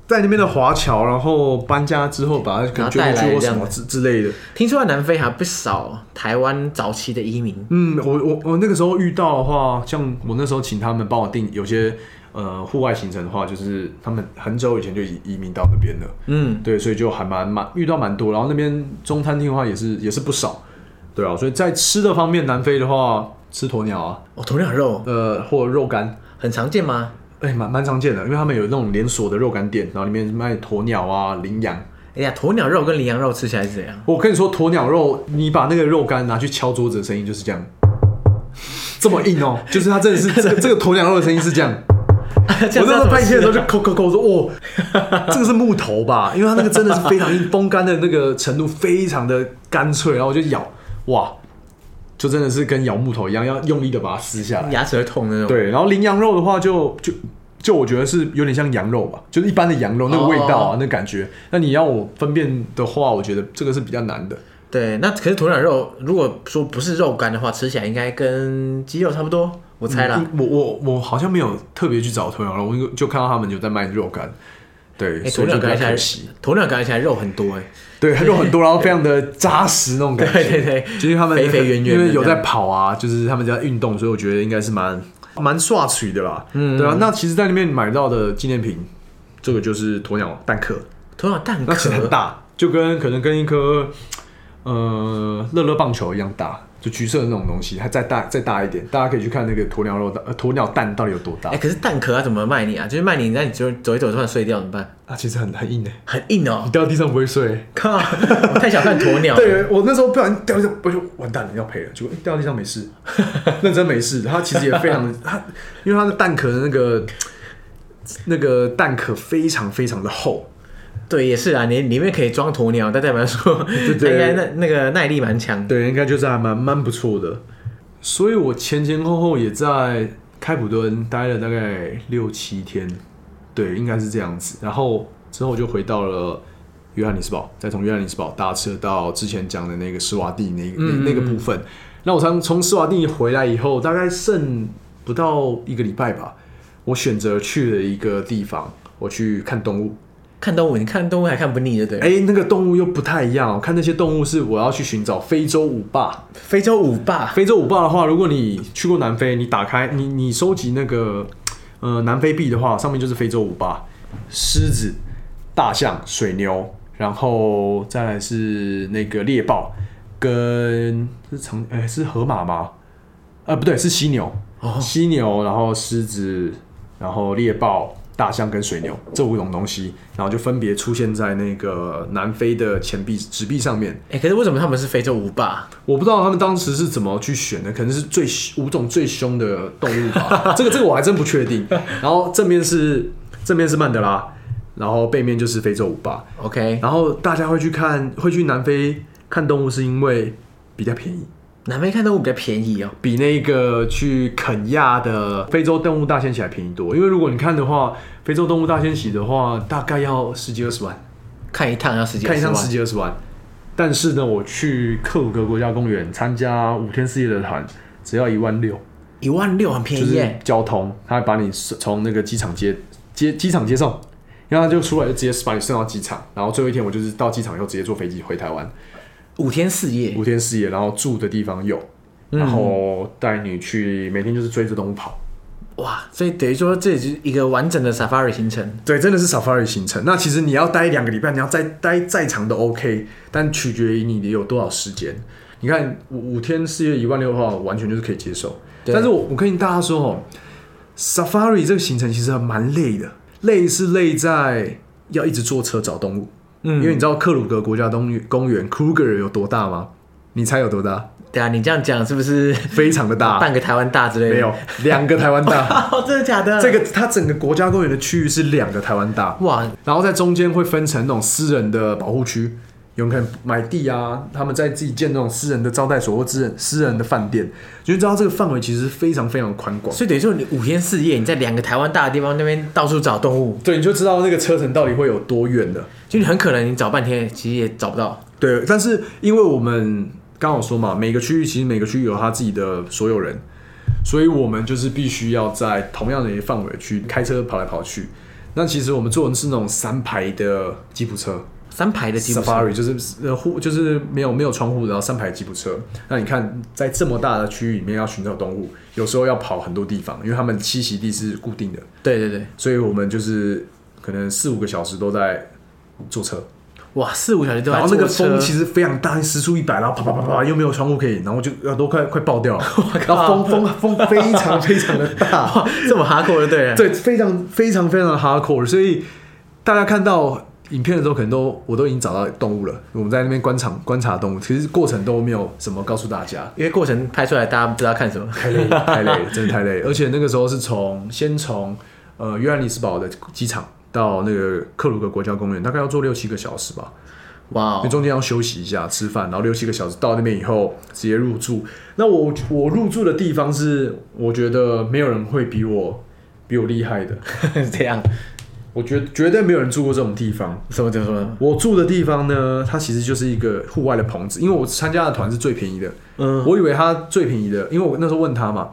[SPEAKER 2] 在那边的华侨，然后搬家之后把它可能捐出
[SPEAKER 1] 然后带来
[SPEAKER 2] 去或
[SPEAKER 1] 这样
[SPEAKER 2] 什么之之类的。
[SPEAKER 1] 听说在南非还不少台湾早期的移民，
[SPEAKER 2] 嗯，我我我那个时候遇到的话，像我那时候请他们帮我订有些呃户外行程的话，就是他们很久以前就移移民到那边了，
[SPEAKER 1] 嗯，
[SPEAKER 2] 对，所以就还蛮蛮遇到蛮多。然后那边中餐厅的话也是也是不少，对啊，所以在吃的方面，南非的话吃鸵鸟啊，
[SPEAKER 1] 哦，鸵鸟肉
[SPEAKER 2] 呃或肉干，
[SPEAKER 1] 很常见吗？
[SPEAKER 2] 哎、蛮蛮常见的，因为他们有那种连锁的肉干店，然后里面卖鸵鸟啊、羚羊。
[SPEAKER 1] 哎呀，鸵鸟肉跟羚羊肉吃起来是怎样？
[SPEAKER 2] 我跟你说，鸵鸟肉，你把那个肉干拿去敲桌子的声音就是这样，这么硬哦，就是它真的是这个这个鸵鸟肉的声音是这样。
[SPEAKER 1] 这样
[SPEAKER 2] 我那时候
[SPEAKER 1] 怎么
[SPEAKER 2] 拍影片的时候
[SPEAKER 1] 吃
[SPEAKER 2] 就
[SPEAKER 1] 啊
[SPEAKER 2] 抠抠抠说，哦，这个是木头吧？因为它那个真的是非常硬，风干的那个程度非常的干脆，然后我就咬，哇，就真的是跟咬木头一样，要用力的把它撕下 来。
[SPEAKER 1] 牙齿会痛那种。
[SPEAKER 2] 对，然后羚羊肉的话就，就就我觉得是有点像羊肉吧，就是一般的羊肉那个味道啊，那感觉。那你要我分辨的话，我觉得这个是比较难的。
[SPEAKER 1] 对，那可是鸵鸟肉，如果说不是肉干的话，吃起来应该跟鸡肉差不多，我猜啦。
[SPEAKER 2] 嗯我我我好像没有特别去找鸵鸟肉，我就就看到他们有在卖肉干，对，
[SPEAKER 1] 哎、
[SPEAKER 2] 所
[SPEAKER 1] 鸵
[SPEAKER 2] 以就
[SPEAKER 1] 鸟
[SPEAKER 2] 比较
[SPEAKER 1] 感觉
[SPEAKER 2] 可
[SPEAKER 1] 起
[SPEAKER 2] 惜
[SPEAKER 1] 来。，鸵鸟感觉起来肉很多哎、
[SPEAKER 2] 对， 肉很多，然后非常的扎实那种感觉。
[SPEAKER 1] 对对对
[SPEAKER 2] 就是他们
[SPEAKER 1] 肥肥圆圆的
[SPEAKER 2] 因为有
[SPEAKER 1] 这
[SPEAKER 2] 在
[SPEAKER 1] 样
[SPEAKER 2] 跑啊，就是他们在运动，所以我觉得应该是蛮蛮刷取的啦。嗯，对啊。那其实，在那边买到的纪念品，这个就是鸵鸟蛋壳，
[SPEAKER 1] 鸵鸟蛋
[SPEAKER 2] 那其
[SPEAKER 1] 壳啊
[SPEAKER 2] 实很大，就跟可能跟一颗呃乐乐棒球一样大，就橘色的那种东西，它再大再大一点，大家可以去看那个鸵鸟肉的呃鸵鸟蛋到底有多大
[SPEAKER 1] 哎、。可是蛋壳要怎么卖你啊？就是卖你，那你就走一走突然碎掉怎么办？
[SPEAKER 2] 啊，其实很很硬诶，
[SPEAKER 1] 很硬哦
[SPEAKER 2] 你、掉到地上不会碎。
[SPEAKER 1] 靠， 我太小看鸵 鸟了。
[SPEAKER 2] 对我那时候不小心掉地上，我就完蛋了，要赔了。结果、哎掉到地上没 事，认真没事。它其实也非常 的，它因为它的蛋壳的那个那个蛋壳非常非常的厚，
[SPEAKER 1] 对，也是啊，你里面可以装鸵鸟，但代表说它
[SPEAKER 2] 对
[SPEAKER 1] 应该那那个耐力蛮强。
[SPEAKER 2] 对，应该就是还蛮蛮不错的。所以我前前后后也在开普敦待了大概六七天，对，应该是这样子。然后之后就回到了约翰尼斯堡，再从约翰尼斯堡搭车到之前讲的那个施瓦蒂那个、那那个部分。那我从从施瓦蒂回来以后，大概剩不到一个礼拜吧，我选择去了一个地方，我去看动物。
[SPEAKER 1] 看动物，你看动物还看不腻，对不对？
[SPEAKER 2] 哎、那个动物又不太一样、哦，看那些动物是我要去寻找非洲舞霸。
[SPEAKER 1] 非洲舞霸，
[SPEAKER 2] 非洲舞霸的话，如果你去过南非，你打开你你收集那个呃南非币的话，上面就是非洲舞霸、狮子、大象、水牛，然后再来是那个猎豹跟是长哎、是河马吗？呃，不对，是犀牛，
[SPEAKER 1] 哦
[SPEAKER 2] 犀牛，然后狮子，然后猎豹。大象跟水牛这五种东西，然后就分别出现在那个南非的钱币纸币上面。
[SPEAKER 1] 哎、可是为什么他们是非洲舞霸？
[SPEAKER 2] 我不知道他们当时是怎么去选的，可能是最五种最凶的动物吧。 这个这个我还真不确定。然后正面是正面是曼德拉，然后背面就是非洲五霸。
[SPEAKER 1] OK，
[SPEAKER 2] 然后大家会去看会去南非看动物，是因为比较便宜，
[SPEAKER 1] 南非看动物比较便宜哦。
[SPEAKER 2] 比那个去肯亚的非洲动物大迁徙还便宜多。因为如果你看的话，非洲动物大迁徙的话，大概要十几二十万，
[SPEAKER 1] 看一趟要十几
[SPEAKER 2] 看一
[SPEAKER 1] 二
[SPEAKER 2] 趟
[SPEAKER 1] 十万
[SPEAKER 2] 十几二十万。但是呢，我去克鲁格国家公园参加五天四夜的团，只要一万六，
[SPEAKER 1] 一万六很便
[SPEAKER 2] 就
[SPEAKER 1] 宜
[SPEAKER 2] 是
[SPEAKER 1] 耶，
[SPEAKER 2] 交通，他把你从那个机场接接机场接送，然后他就出来就直接把你送到机场，然后最后一天我就是到机场以后直接坐飞机回台湾，
[SPEAKER 1] 五天四夜
[SPEAKER 2] 五天四夜，然后住的地方有，
[SPEAKER 1] 嗯
[SPEAKER 2] 然后带你去每天就是追着动物跑。
[SPEAKER 1] 哇！所以等于说这是一个完整的 safari 行程，
[SPEAKER 2] 对，真的是 safari 行程。那其实你要待两个礼拜，你要再待再长都 OK，但取决于你有多少时间。你看五五天四夜一万六的话，我完全就是可以接受。
[SPEAKER 1] 对
[SPEAKER 2] 但是我我跟大家说哦，safari 这个行程其实还蛮累的，累是累在要一直坐车找动物，
[SPEAKER 1] 嗯
[SPEAKER 2] 因为你知道克鲁格国家公园公园 Kruger 有多大吗？你猜有多大？
[SPEAKER 1] 对啊，你这样讲是不 是
[SPEAKER 2] 非常的大，
[SPEAKER 1] 半个台湾大之类的？
[SPEAKER 2] 没有，两个台湾大。
[SPEAKER 1] 哦，真的假的？
[SPEAKER 2] 这个它整个国家公园的区域是两个台湾大，
[SPEAKER 1] 哇，
[SPEAKER 2] 然后在中间会分成那种私人的保护区，有人可能买地啊，他们在自己建那种私人的招待所或私人私人的饭店，你就知道这个范围其实非常非常宽广。
[SPEAKER 1] 所以等于说你五天四夜你在两个台湾大的地方那边到处找动物，
[SPEAKER 2] 对，你就知道那个车程到底会有多远了。
[SPEAKER 1] 就你很可能你找半天其实也找不到。
[SPEAKER 2] 对，但是因为我们刚好说嘛，每个区域其实每个区域有他自己的所有人，所以我们就是必须要在同样的一个范围去开车跑来跑去。那其实我们坐的是那种三排的吉普车，
[SPEAKER 1] 三排的吉普车，
[SPEAKER 2] Safari 就是呃户就是没有没有窗户，然后三排吉普车。那你看，在这么大的区域里面要寻找动物，有时候要跑很多地方，因为他们栖息地是固定的，
[SPEAKER 1] 对对对，
[SPEAKER 2] 所以我们就是可能四五个小时都在坐车，
[SPEAKER 1] 哇，四五小时都在
[SPEAKER 2] 然后那个
[SPEAKER 1] 坐车
[SPEAKER 2] 风其实非常大，时速一百，然后啪啪啪啪，又没有窗户可以，然后就呃都快快爆 掉了，然后风风风非常非常的大，
[SPEAKER 1] 哇这么哈扣就 对了。
[SPEAKER 2] 对，非常非常非常的 hardcore，所以大家看到影片的时候，可能都我都已经找到动物了。我们在那边观察观察动物，其实过程都没有什么告诉大家，
[SPEAKER 1] 因为过程拍出来大家不知道看什么。
[SPEAKER 2] 太累了，太累了，真的太累了。而且那个时候是从先从呃约翰尼斯堡的机场到那个克鲁格国家公园，大概要坐六七个小时吧。
[SPEAKER 1] 哇、哦
[SPEAKER 2] 因为中间要休息一下，吃饭，然后六七个小时到那边以后直接入住。那我我入住的地方是，我觉得没有人会比我比我厉害的，
[SPEAKER 1] 这样
[SPEAKER 2] 我觉得绝对没有人住过这种地方。
[SPEAKER 1] 什么怎么说？
[SPEAKER 2] 我住的地方呢，它其实就是一个户外的棚子，因为我参加的团是最便宜的，
[SPEAKER 1] 嗯，
[SPEAKER 2] 我以为它最便宜的，因为我那时候问他嘛，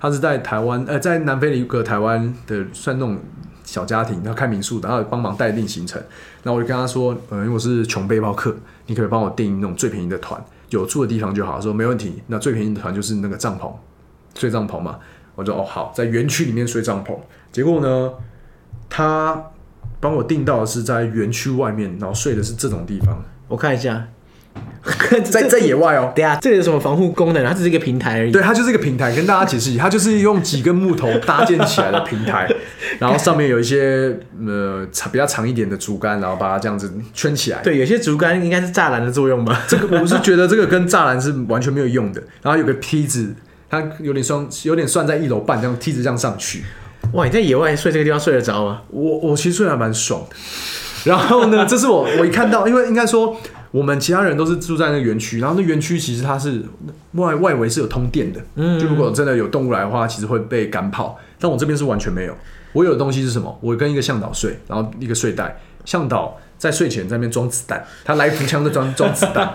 [SPEAKER 2] 他是在台湾，呃，在南非的一个台湾的算那种小家庭，他开民宿的，然后帮忙带定行程，然后我就跟他说，嗯、因为我是穷背包客，你可不可以帮我订那种最便宜的团，有住的地方就好，他说没问题，那最便宜的团就是那个帐篷，睡帐篷嘛，我就哦好，在园区里面睡帐篷，结果呢，他帮我订到的是在园区外面，然后睡的是这种地方，
[SPEAKER 1] 我看一 下，
[SPEAKER 2] 在 在野外哦。
[SPEAKER 1] 对啊，这有什么防护功能？啊它只是一个平台而已。
[SPEAKER 2] 对，它就是一个平台，跟大家解释一下，它就是用几根木头搭建起来的平台，然后上面有一些呃长比较长一点的竹竿，然后把它这样子圈起来。
[SPEAKER 1] 对，有些竹竿应该是栅栏的作用 吧？
[SPEAKER 2] 这个我是觉得这个跟栅栏是完全没有用的，然后有个梯子，它有点算有点算在一楼半这样梯子这样上去，
[SPEAKER 1] 哇，你在野外睡这个地方睡得着啊吗？
[SPEAKER 2] 我我其实睡得还蛮爽的。然后呢，这是我我一看到，因为应该说我们其他人都是住在那个园区，然后那园区其实它是外外围是有通电的，嗯，就如果真的有动物来的话，其实会被赶跑。但我这边是完全没有，我有的东西是什么？我跟一个向导睡，然后一个睡袋，向导在睡前在那边装子弹，他来福枪在装装子弹。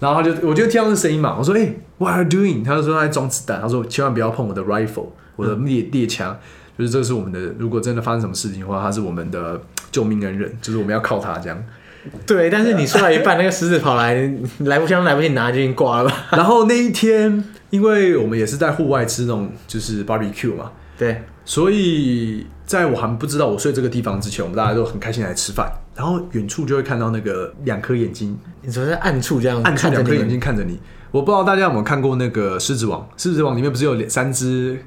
[SPEAKER 2] 然后他就，我就听到这声音嘛，我说，哎、w h a t are you doing？他就说他在装子弹，他说千万不要碰我的 rifle，我的猎猎枪，就是这是我们的，如果真的发生什么事情的话，他是我们的救命恩人，就是我们要靠他这样。
[SPEAKER 1] 对，啊但是你睡到一半，那个狮子跑来，来不香来不及拿就已经挂了吧？
[SPEAKER 2] 然后那一天，因为我们也是在户外吃那种就是 barbecue 嘛，
[SPEAKER 1] 对，
[SPEAKER 2] 所以在我还不知道我睡这个地方之前，我们大家都很开心来吃饭，然后远处就会看到那个两颗眼睛
[SPEAKER 1] 你说在暗处这样
[SPEAKER 2] 暗处
[SPEAKER 1] 看着
[SPEAKER 2] 两
[SPEAKER 1] 你
[SPEAKER 2] 颗眼
[SPEAKER 1] 们，
[SPEAKER 2] 睛看着你。我不知道大家有没有看过那个《狮子王》，《狮子王》里面不是有两三只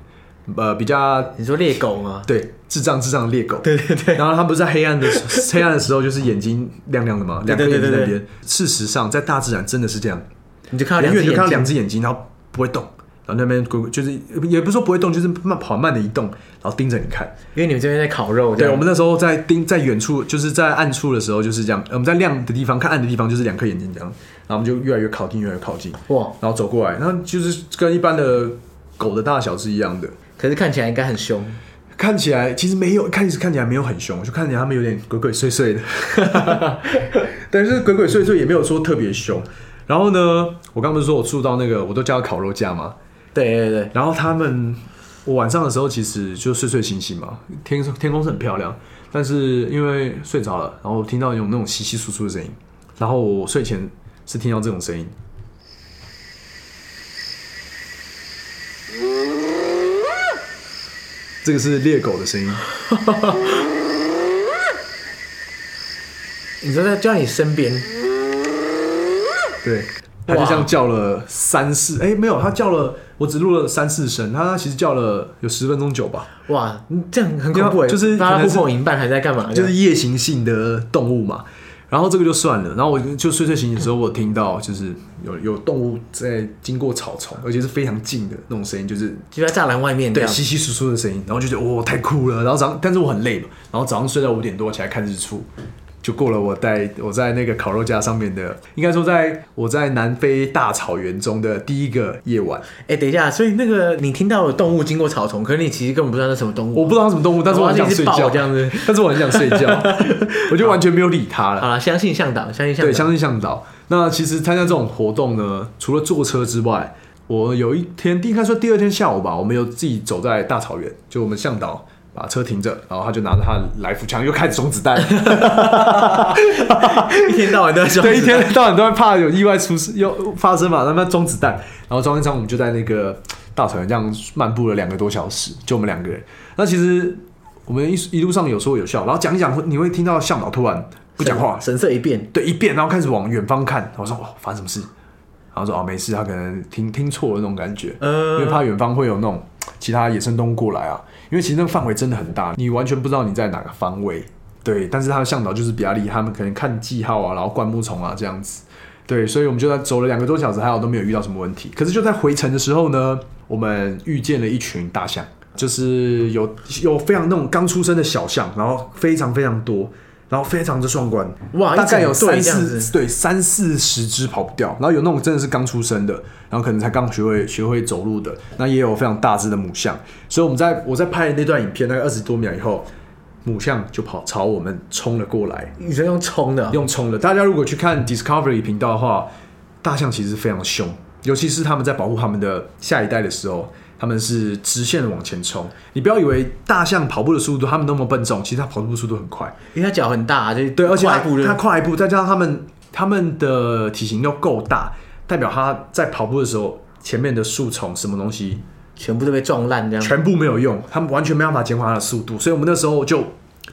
[SPEAKER 2] 呃比较
[SPEAKER 1] 你说猎狗吗？
[SPEAKER 2] 对智障智障的猎狗？
[SPEAKER 1] 对对对，
[SPEAKER 2] 然后它不是在黑暗的时候 黑暗的时候，就是眼睛亮亮的嘛，
[SPEAKER 1] 对
[SPEAKER 2] 两颗
[SPEAKER 1] 对
[SPEAKER 2] 眼睛
[SPEAKER 1] 对对
[SPEAKER 2] 在那边。事实上，在大自然真的是这样，
[SPEAKER 1] 你就看到啊
[SPEAKER 2] 远
[SPEAKER 1] 两
[SPEAKER 2] 远
[SPEAKER 1] 只
[SPEAKER 2] 就看到
[SPEAKER 1] 眼
[SPEAKER 2] 两
[SPEAKER 1] 睛，
[SPEAKER 2] 只眼睛，然后不会动，然后那边咕咕就是也不是说不会动，就是慢缓慢的移动，然后盯着你看。
[SPEAKER 1] 因为你们这边在烤肉这
[SPEAKER 2] 对，
[SPEAKER 1] 样，
[SPEAKER 2] 我们那时候在盯在远处，就是在暗处的时候就是这样，呃我们在亮的地方看暗的地方就是两颗眼睛这样，然后我们就越来越靠近，越来越靠近，
[SPEAKER 1] 哇，
[SPEAKER 2] 然后走过来，然后就是跟一般的狗的大小是一样的，
[SPEAKER 1] 可是看起来应该很凶。
[SPEAKER 2] 看起来其实没有，开始看起来没有很凶，就看起来他们有点鬼鬼祟祟的， 但是鬼鬼祟祟也没有说特别凶。然后呢，我刚不是说我住到那个，我都叫它烤肉架嘛。
[SPEAKER 1] 对对对，
[SPEAKER 2] 然后他们，我晚上的时候其实就睡睡醒醒嘛，天天空是很漂亮，但是因为睡着了，然后听到有那种稀稀疏疏的声音，然后我睡前是听到这种声音，这个是猎狗的声音，
[SPEAKER 1] 你说在就在你身边，
[SPEAKER 2] 对，它就
[SPEAKER 1] 哇
[SPEAKER 2] 像叫了三四，哎，没有，它叫了，我只录了三四声，它其实叫了有十分钟久吧，
[SPEAKER 1] 哇，你这样很恐怖欸，
[SPEAKER 2] 就是
[SPEAKER 1] 大
[SPEAKER 2] 可
[SPEAKER 1] 家
[SPEAKER 2] 能
[SPEAKER 1] 呼
[SPEAKER 2] 是
[SPEAKER 1] 朋引伴还在干嘛？
[SPEAKER 2] 就是夜行性的动物嘛。然后这个就算了，然后我就睡睡醒醒的时候，我听到就是有有动物在经过草丛，而且是非常近的那种声音，就是
[SPEAKER 1] 就在栅栏外面这
[SPEAKER 2] 对
[SPEAKER 1] 样。
[SPEAKER 2] 稀稀疏疏的声音，然后就觉得哇、太酷了。然后早上，但是我很累嘛，然后早上睡到五点多起来看日出，就过了我在我在那个烤肉架上面的，应该说在我在南非大草原中的第一个夜晚。
[SPEAKER 1] 哎、等一下，所以那个你听到有动物经过草丛，可是你其实根本不知道那什么动物。
[SPEAKER 2] 我不知道它什么动物，但是我很想睡
[SPEAKER 1] 我要是一只豹
[SPEAKER 2] 觉
[SPEAKER 1] 这样子，
[SPEAKER 2] 但是我很想睡觉， 我就完全没有理它了
[SPEAKER 1] 好。了，相信向导，相信向
[SPEAKER 2] 对，
[SPEAKER 1] 导。
[SPEAKER 2] 相信向导。那其实参加这种活动呢，除了坐车之外，我有一天，应该说第二天下午吧，我们有自己走在大草原，就我们向导把车停着，然后他就拿着他的来福枪，又开始装子 弹。
[SPEAKER 1] 一天到晚都在装
[SPEAKER 2] 对，一
[SPEAKER 1] 子弹
[SPEAKER 2] 天到晚都在怕有意外出事又发生嘛，那么装子弹，然后装一张，我们就在那个大草原这样漫步了两个多小时，就我们两个人。那其实我们一一路上有说有笑，然后讲一讲，会你会听到向导突然不讲话，
[SPEAKER 1] 神色一变，
[SPEAKER 2] 对，一遍，然后开始往远方看。我说哦，发生什么事？然后说哦，没事，他可能听听错了那种感觉，
[SPEAKER 1] 嗯
[SPEAKER 2] 因为怕远方会有那种其他野生动物过来啊。因为其实那个范围真的很大，你完全不知道你在哪个方位。对，但是他的向导就是比较厉害，他们可能看记号啊，然后灌木丛啊这样子。对，所以我们就在走了两个多小时，还好都没有遇到什么问题。可是就在回程的时候呢，我们遇见了一群大象，就是有有非常那种刚出生的小象，然后非常非常多，然后非常之壮观，
[SPEAKER 1] 哇
[SPEAKER 2] 大概
[SPEAKER 1] 一整
[SPEAKER 2] 有
[SPEAKER 1] 队
[SPEAKER 2] 三
[SPEAKER 1] 这样
[SPEAKER 2] 四
[SPEAKER 1] 子
[SPEAKER 2] 对三四十只跑不掉，然后有那种真的是刚出生的，然后可能才刚学会学会走路的，那也有非常大只的母象，所以我们在我在拍那段影片，大概二十多秒以后，母象就跑朝我们冲了过来，
[SPEAKER 1] 你说用冲的，
[SPEAKER 2] 用冲的。大家如果去看 Discovery 频道的话，大象其实非常凶，尤其是他们在保护他们的下一代的时候，他们是直线的往前冲。你不要以为大象跑步的速度，他们那么笨重，其实它跑步的速度很快。
[SPEAKER 1] 因为它脚很大，啊就是
[SPEAKER 2] 对，而且
[SPEAKER 1] 跨
[SPEAKER 2] 它
[SPEAKER 1] 一步就
[SPEAKER 2] 它跨一步，再加上他们他们的体型又够大，代表它在跑步的时候，前面的树丛什么东西
[SPEAKER 1] 全部都被撞烂这样。
[SPEAKER 2] 全部没有用，他们完全没办法减缓它的速度，所以我们那时候就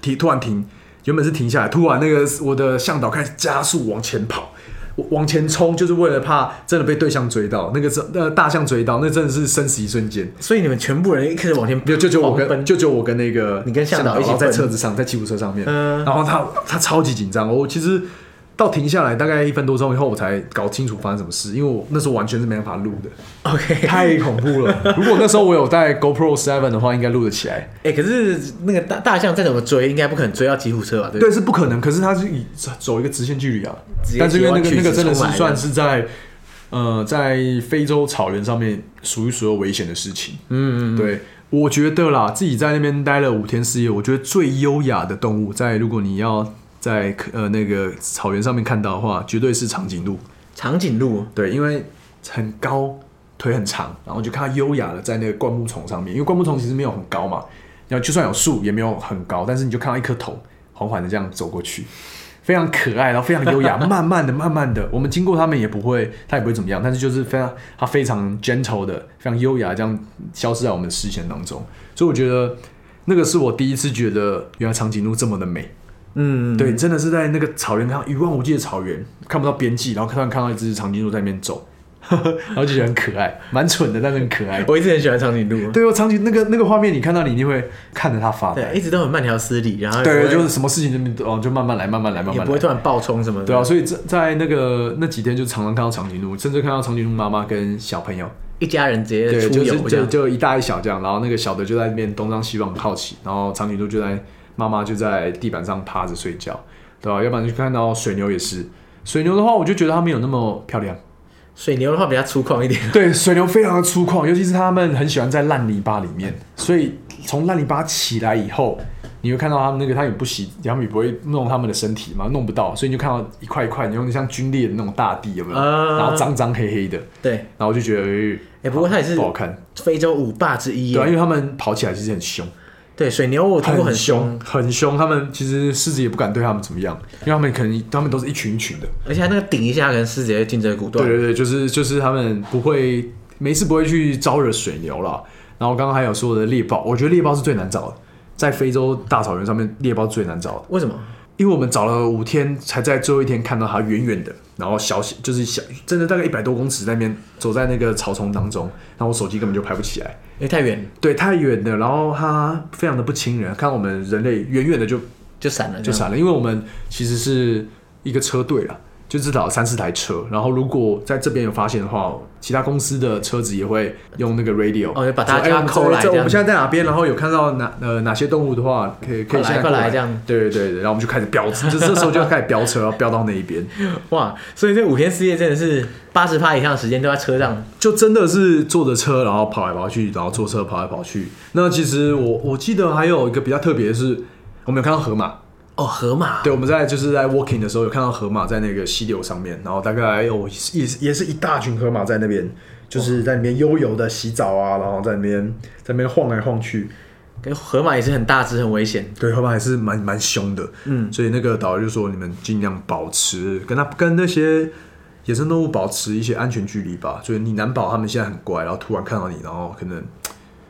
[SPEAKER 2] 停，突然停，原本是停下来，突然那个我的向导开始加速往前跑，我往前冲，就是为了怕真的被对象追到，那个是呃大象追到，那真的是生死一瞬间。
[SPEAKER 1] 所以你们全部人一开始往前
[SPEAKER 2] 就就就我
[SPEAKER 1] 狂
[SPEAKER 2] 跟
[SPEAKER 1] 奔
[SPEAKER 2] 就就我跟那个
[SPEAKER 1] 你跟向导一起
[SPEAKER 2] 然后在
[SPEAKER 1] 奔
[SPEAKER 2] 车子上，在吉普车上面，
[SPEAKER 1] 嗯
[SPEAKER 2] 然后他他超级紧张，我其实到停下来大概一分多钟以后，我才搞清楚发生什么事，因为我那时候完全是没办法录 的，
[SPEAKER 1] OK，
[SPEAKER 2] 太恐怖了。如果那时候我有带 GoPro Seven 的话，应该录得起来。
[SPEAKER 1] 哎、可是那个大大象再怎么追，应该不可能追到吉普车吧？对不
[SPEAKER 2] 对，是不可能。可是它是以走一个直线距离啊
[SPEAKER 1] 直，接
[SPEAKER 2] 但是因为那个
[SPEAKER 1] 切
[SPEAKER 2] 那
[SPEAKER 1] 弯
[SPEAKER 2] 个
[SPEAKER 1] 曲直
[SPEAKER 2] 真的是
[SPEAKER 1] 冲来的
[SPEAKER 2] 算是在呃在非洲草原上面数一数二危险的事情。嗯嗯对。我觉得啦，自己在那边待了五天四夜，我觉得最优雅的动物，在如果你要在呃那个草原上面看到的话，绝对是长颈鹿。
[SPEAKER 1] 长颈鹿，
[SPEAKER 2] 对，因为很高，腿很长，然后就看它优雅的在那个灌木丛上面，因为灌木丛其实没有很高嘛，然后就算有树也没有很高，但是你就看到一颗头缓缓的这样走过去，非常可爱，然后非常优雅，慢慢的、慢慢的，我们经过他们也不会，它也不会怎么样，但是就是非常它非常 gentle 的、非常优雅地这样消失在我们的视线当中，所以我觉得那个是我第一次觉得原来长颈鹿这么的美。
[SPEAKER 1] 嗯，
[SPEAKER 2] 对，真的是在那个草原看到一望无际的草原，看不到边际，然后突然看到一只长颈鹿在那边走， 然后就觉得很可爱，蛮蠢的，但是很可爱。
[SPEAKER 1] 我一直很喜欢长颈鹿，
[SPEAKER 2] 对哦，长颈那个那个画面，你看到你一定会看着它发
[SPEAKER 1] 对，
[SPEAKER 2] 呆。
[SPEAKER 1] 一直都很慢条斯理，然后也
[SPEAKER 2] 对，
[SPEAKER 1] 不会
[SPEAKER 2] 就是什么事情就哦，就慢慢来，慢慢来，慢
[SPEAKER 1] 也
[SPEAKER 2] 慢
[SPEAKER 1] 不会
[SPEAKER 2] 来。
[SPEAKER 1] 突然暴冲什么的。
[SPEAKER 2] 对啊，所以在在那个那几天就常常看到长颈鹿，甚至看到长颈鹿妈妈跟小朋友，
[SPEAKER 1] 一家人直接
[SPEAKER 2] 对，
[SPEAKER 1] 出
[SPEAKER 2] 就
[SPEAKER 1] 游
[SPEAKER 2] 是
[SPEAKER 1] 这
[SPEAKER 2] 就
[SPEAKER 1] 样。
[SPEAKER 2] 就一大一小这样，然后那个小的就在那边东张西望好奇，然后长颈鹿就在妈妈就在地板上趴着睡觉，对吧、要不然就看到水牛也是，水牛的话，我就觉得它没有那么漂亮，
[SPEAKER 1] 水牛的话比较粗犷一点，
[SPEAKER 2] 对，水牛非常的粗犷，尤其是他们很喜欢在烂泥巴里面，所以从烂泥巴起来以后，你会看到他们那个，他也不洗，他们也不会弄他们的身体嘛，弄不到，所以你就看到一块一块，你用像皲裂的那种大地有没有？
[SPEAKER 1] 啊
[SPEAKER 2] 然后脏脏黑黑的，
[SPEAKER 1] 对，
[SPEAKER 2] 然后就觉得，哎、
[SPEAKER 1] 哎不过它也是
[SPEAKER 2] 不好看，
[SPEAKER 1] 非洲五霸之一耶
[SPEAKER 2] 对、啊，因为他们跑起来其实很凶，
[SPEAKER 1] 对，水牛我听过很凶
[SPEAKER 2] 凶，，很凶，他们其实狮子也不敢对他们怎么样，因为他们可能他们都是一群一群的，
[SPEAKER 1] 而且它那个顶一下，可能狮子也会进这个骨
[SPEAKER 2] 对
[SPEAKER 1] 段。
[SPEAKER 2] 对对，就是就是他们不会没事不会去招惹水牛啦。然后刚刚还有说的猎豹，我觉得猎豹是最难找的，在非洲大草原上面，猎豹最难找的，
[SPEAKER 1] 为什么？
[SPEAKER 2] 因为我们找了五天，才在最后一天看到它远远的，然后小就是小，真的大概一百多公尺在那边走在那个草丛当中，然后我手机根本就拍不起来，
[SPEAKER 1] 因为太远
[SPEAKER 2] 对，太远了，然后它非常的不亲人，看我们人类远远的就
[SPEAKER 1] 就闪了，
[SPEAKER 2] 就
[SPEAKER 1] 这样。
[SPEAKER 2] 闪了，因为我们其实是一个车队啦，就至少三四台车。然后如果在这边有发现的话，其他公司的车子也会用那个 radio，
[SPEAKER 1] 哦就把大家
[SPEAKER 2] 说哎我们
[SPEAKER 1] 扣来
[SPEAKER 2] 这
[SPEAKER 1] 这
[SPEAKER 2] 我
[SPEAKER 1] 样
[SPEAKER 2] 们现在在哪边？然后有看到哪呃哪些动物的话，可以可
[SPEAKER 1] 快
[SPEAKER 2] 以
[SPEAKER 1] 来
[SPEAKER 2] 现在
[SPEAKER 1] 快
[SPEAKER 2] 过
[SPEAKER 1] 来
[SPEAKER 2] 来
[SPEAKER 1] 这样。
[SPEAKER 2] 对对对对，然后我们就开始飙，就 这时候就要开始飙车，飙到那一边，
[SPEAKER 1] 哇，所以这五天四夜真的是八十趴以上的时间都在车上。
[SPEAKER 2] 就真的是坐着车，然后跑来跑去，然后坐车跑来跑去。那其实我我记得还有一个比较特别的是，我们有看到河马。
[SPEAKER 1] 哦，河马，
[SPEAKER 2] 对，我们在就是在 walking 的时候有看到河马在那个溪流上面，然后大概我也是也是一大群河马在那边，就是在那边悠游的洗澡啊，然后在那边在那边晃来晃去。
[SPEAKER 1] 跟河马也是很大只，很危险。
[SPEAKER 2] 对，河马还是蛮蛮凶的，嗯，所以那个导游就说你们尽量保持跟它跟那些野生动物保持一些安全距离吧，就是你难保它们现在很乖，然后突然看到你，然后可能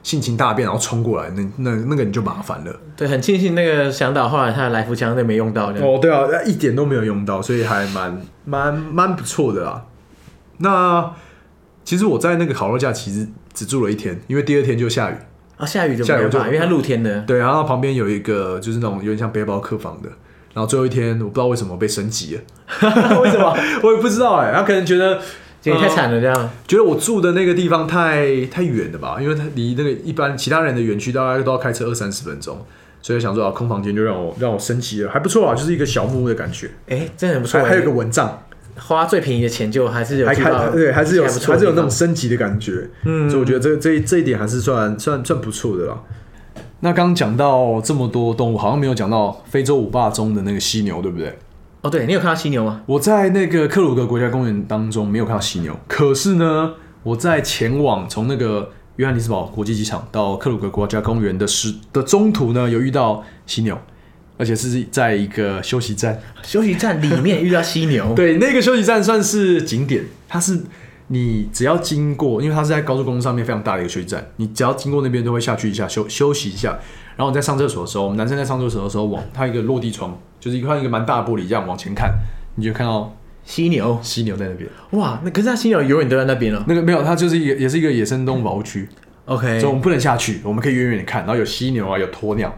[SPEAKER 2] 性情大变，然后冲过来，那那那个你就麻烦了。
[SPEAKER 1] 对，很庆幸那个向导后来他的来福枪都没用到，这样
[SPEAKER 2] 哦，对啊，一点都没有用到，所以还蛮蛮蛮不错的啦。那其实我在那个烤肉架其实只住了一天，因为第二天就下雨。
[SPEAKER 1] 啊，下雨就
[SPEAKER 2] 下
[SPEAKER 1] 没
[SPEAKER 2] 雨
[SPEAKER 1] 有
[SPEAKER 2] 就嗯
[SPEAKER 1] 办法，因为它露天的。
[SPEAKER 2] 对，然后旁边有一个就是那种有点像背包客房的。然后最后一天，我不知道为什么被升级了， 为什么 我也不知道哎、他可能觉得
[SPEAKER 1] 姐你太惨了，这样
[SPEAKER 2] 觉得我住的那个地方太太远了吧，因为它离那个一般其他人的园区大概都要开车二三十分钟，所以想说啊，空房间就让我让我升级了，还不错啊，就是一个小木屋的感觉，
[SPEAKER 1] 哎，真的很不错
[SPEAKER 2] 还
[SPEAKER 1] 哎。
[SPEAKER 2] 还有一个蚊帐，
[SPEAKER 1] 花最便宜的钱，就还是有
[SPEAKER 2] 还
[SPEAKER 1] 住
[SPEAKER 2] 还
[SPEAKER 1] 到，
[SPEAKER 2] 对，还是有
[SPEAKER 1] 还不错
[SPEAKER 2] 还
[SPEAKER 1] 的
[SPEAKER 2] 是
[SPEAKER 1] 地
[SPEAKER 2] 有
[SPEAKER 1] 方，
[SPEAKER 2] 那种升级的感觉，嗯，所以我觉得这这这一点还是算算算不错的啦。那刚刚讲到这么多动物，好像没有讲到非洲五霸中的那个犀牛，对不对？
[SPEAKER 1] 哦，对你有看到犀牛吗？
[SPEAKER 2] 我在那个克鲁格国家公园当中没有看到犀牛，可是呢，我在前往从那个约翰尼斯堡国际机场到克鲁格国家公园的时的中途呢，有遇到犀牛，而且是在一个休息站。
[SPEAKER 1] 休息站里面遇到犀牛，
[SPEAKER 2] 对，那个休息站算是景点，它是你只要经过，因为它是在高速公路上面非常大的一个休息站，你只要经过那边都会下去一下休休息一下。然后你在上厕所的时候，我们男生在上厕所的时候，往它一个落地窗，就是一个看一个蛮大的玻璃，这样往前看，你就看到
[SPEAKER 1] 犀牛，
[SPEAKER 2] 犀牛在那边。
[SPEAKER 1] 哇，那可是它犀牛永远都在那边了。
[SPEAKER 2] 那个没有，它就是一个也是一个野生动物保护区，
[SPEAKER 1] OK，
[SPEAKER 2] 所以我们不能下去，我们可以远远的看。然后有犀牛啊，有鸵鸟，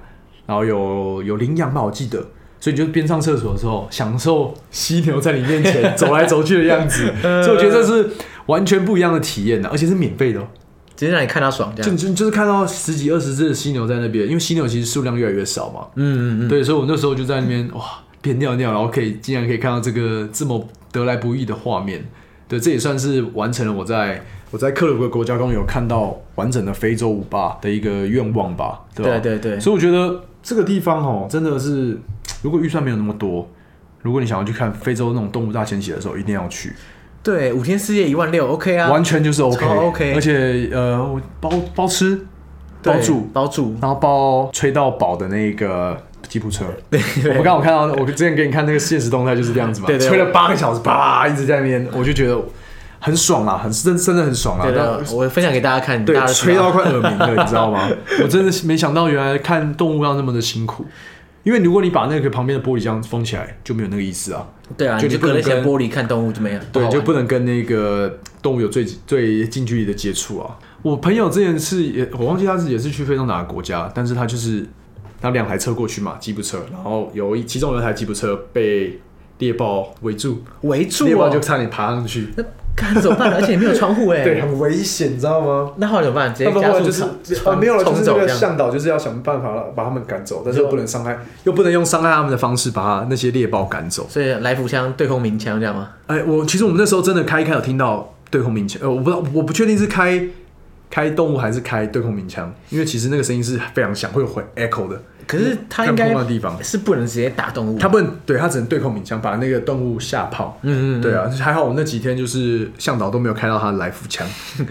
[SPEAKER 2] 然后有有羚羊吧，我记得。所以你就边上厕所的时候，享受犀牛在你面前走来走去的样子，所以我觉得这是完全不一样的体验的、而且是免费的、哦。
[SPEAKER 1] 只是让你看它爽这
[SPEAKER 2] 就
[SPEAKER 1] 样。
[SPEAKER 2] 你就你就是看到十几二十只的犀牛在那边，因为犀牛其实数量越来越少嘛，
[SPEAKER 1] 嗯嗯嗯，
[SPEAKER 2] 对，所以我那时候就在那边哇，边尿尿，然后可以竟然可以看到这个这么得来不易的画面，对，这也算是完成了我在我在克鲁格国家公园有看到完整的非洲舞霸的一个愿望吧，对吧？
[SPEAKER 1] 对对对，
[SPEAKER 2] 所以我觉得这个地方哦，真的是如果预算没有那么多，如果你想要去看非洲那种动物大迁徙的时候，一定要去，
[SPEAKER 1] 对，五天四夜一万六，OK 啊，
[SPEAKER 2] 完全就是 OK，,
[SPEAKER 1] 超 OK
[SPEAKER 2] 而且呃，我包包吃
[SPEAKER 1] 对
[SPEAKER 2] 包住
[SPEAKER 1] 包住，
[SPEAKER 2] 然后包吹到饱的那个吉普车。对，我刚好看到，我之前给你看那个现实动态就是这样子嘛，
[SPEAKER 1] 对对
[SPEAKER 2] 吹了八个小时，叭一直在那边，我就觉得很爽啊，很真真的很爽啊。
[SPEAKER 1] 对
[SPEAKER 2] 但
[SPEAKER 1] 的，我分享给大家看，大
[SPEAKER 2] 对
[SPEAKER 1] 家，都知
[SPEAKER 2] 吹
[SPEAKER 1] 道
[SPEAKER 2] 到快耳鸣了，你知道 吗？我真的是没想到，原来看动物要那么的辛苦。因为如果你把那个旁边的玻璃箱封起来，就没有那个意思啊。
[SPEAKER 1] 对啊，
[SPEAKER 2] 就
[SPEAKER 1] 你
[SPEAKER 2] 你
[SPEAKER 1] 就隔
[SPEAKER 2] 不
[SPEAKER 1] 了
[SPEAKER 2] 能
[SPEAKER 1] 一些
[SPEAKER 2] 跟
[SPEAKER 1] 玻璃看动物怎么样？
[SPEAKER 2] 对，
[SPEAKER 1] 好
[SPEAKER 2] 就
[SPEAKER 1] 玩
[SPEAKER 2] 不能跟那个动物有最最近距离的接触啊。我朋友之前是也，我忘记他是也是去非洲哪个国家，但是他就是拿两台车过去嘛，吉普车，然后有一其中有一台吉普车被猎豹围住，
[SPEAKER 1] 围住
[SPEAKER 2] 猎豹
[SPEAKER 1] 哦
[SPEAKER 2] 就，差点爬上去，
[SPEAKER 1] 那看怎么办？而且也没有窗户哎，
[SPEAKER 2] 对，，很危险，你知道吗？
[SPEAKER 1] 那后来怎么办？直接
[SPEAKER 2] 他们
[SPEAKER 1] 加
[SPEAKER 2] 后来
[SPEAKER 1] 速
[SPEAKER 2] 就是
[SPEAKER 1] 冲
[SPEAKER 2] 啊，没有了，就
[SPEAKER 1] 冲
[SPEAKER 2] 是
[SPEAKER 1] 走
[SPEAKER 2] 那
[SPEAKER 1] 这
[SPEAKER 2] 个
[SPEAKER 1] 样。
[SPEAKER 2] 向导就是要想办法把他们赶走，但是又不能伤害，又不能用伤害他们的方式把他那些猎豹赶走。
[SPEAKER 1] 所以来福枪对空鸣枪这样吗？
[SPEAKER 2] 哎，我其实我们那时候真的开一开有听到对空鸣枪，呃，我不知道，我不确定是开开动物还是开对空鸣枪，因为其实那个声音是非常响，会有回 echo 的。
[SPEAKER 1] 可是它应该
[SPEAKER 2] 看碰到的地方
[SPEAKER 1] 是不能直接打动物，
[SPEAKER 2] 他不能，对他只能对空鸣枪把那个动物吓跑。
[SPEAKER 1] 嗯嗯嗯
[SPEAKER 2] 对啊，还好我那几天就是向导都没有开到他的来 福枪，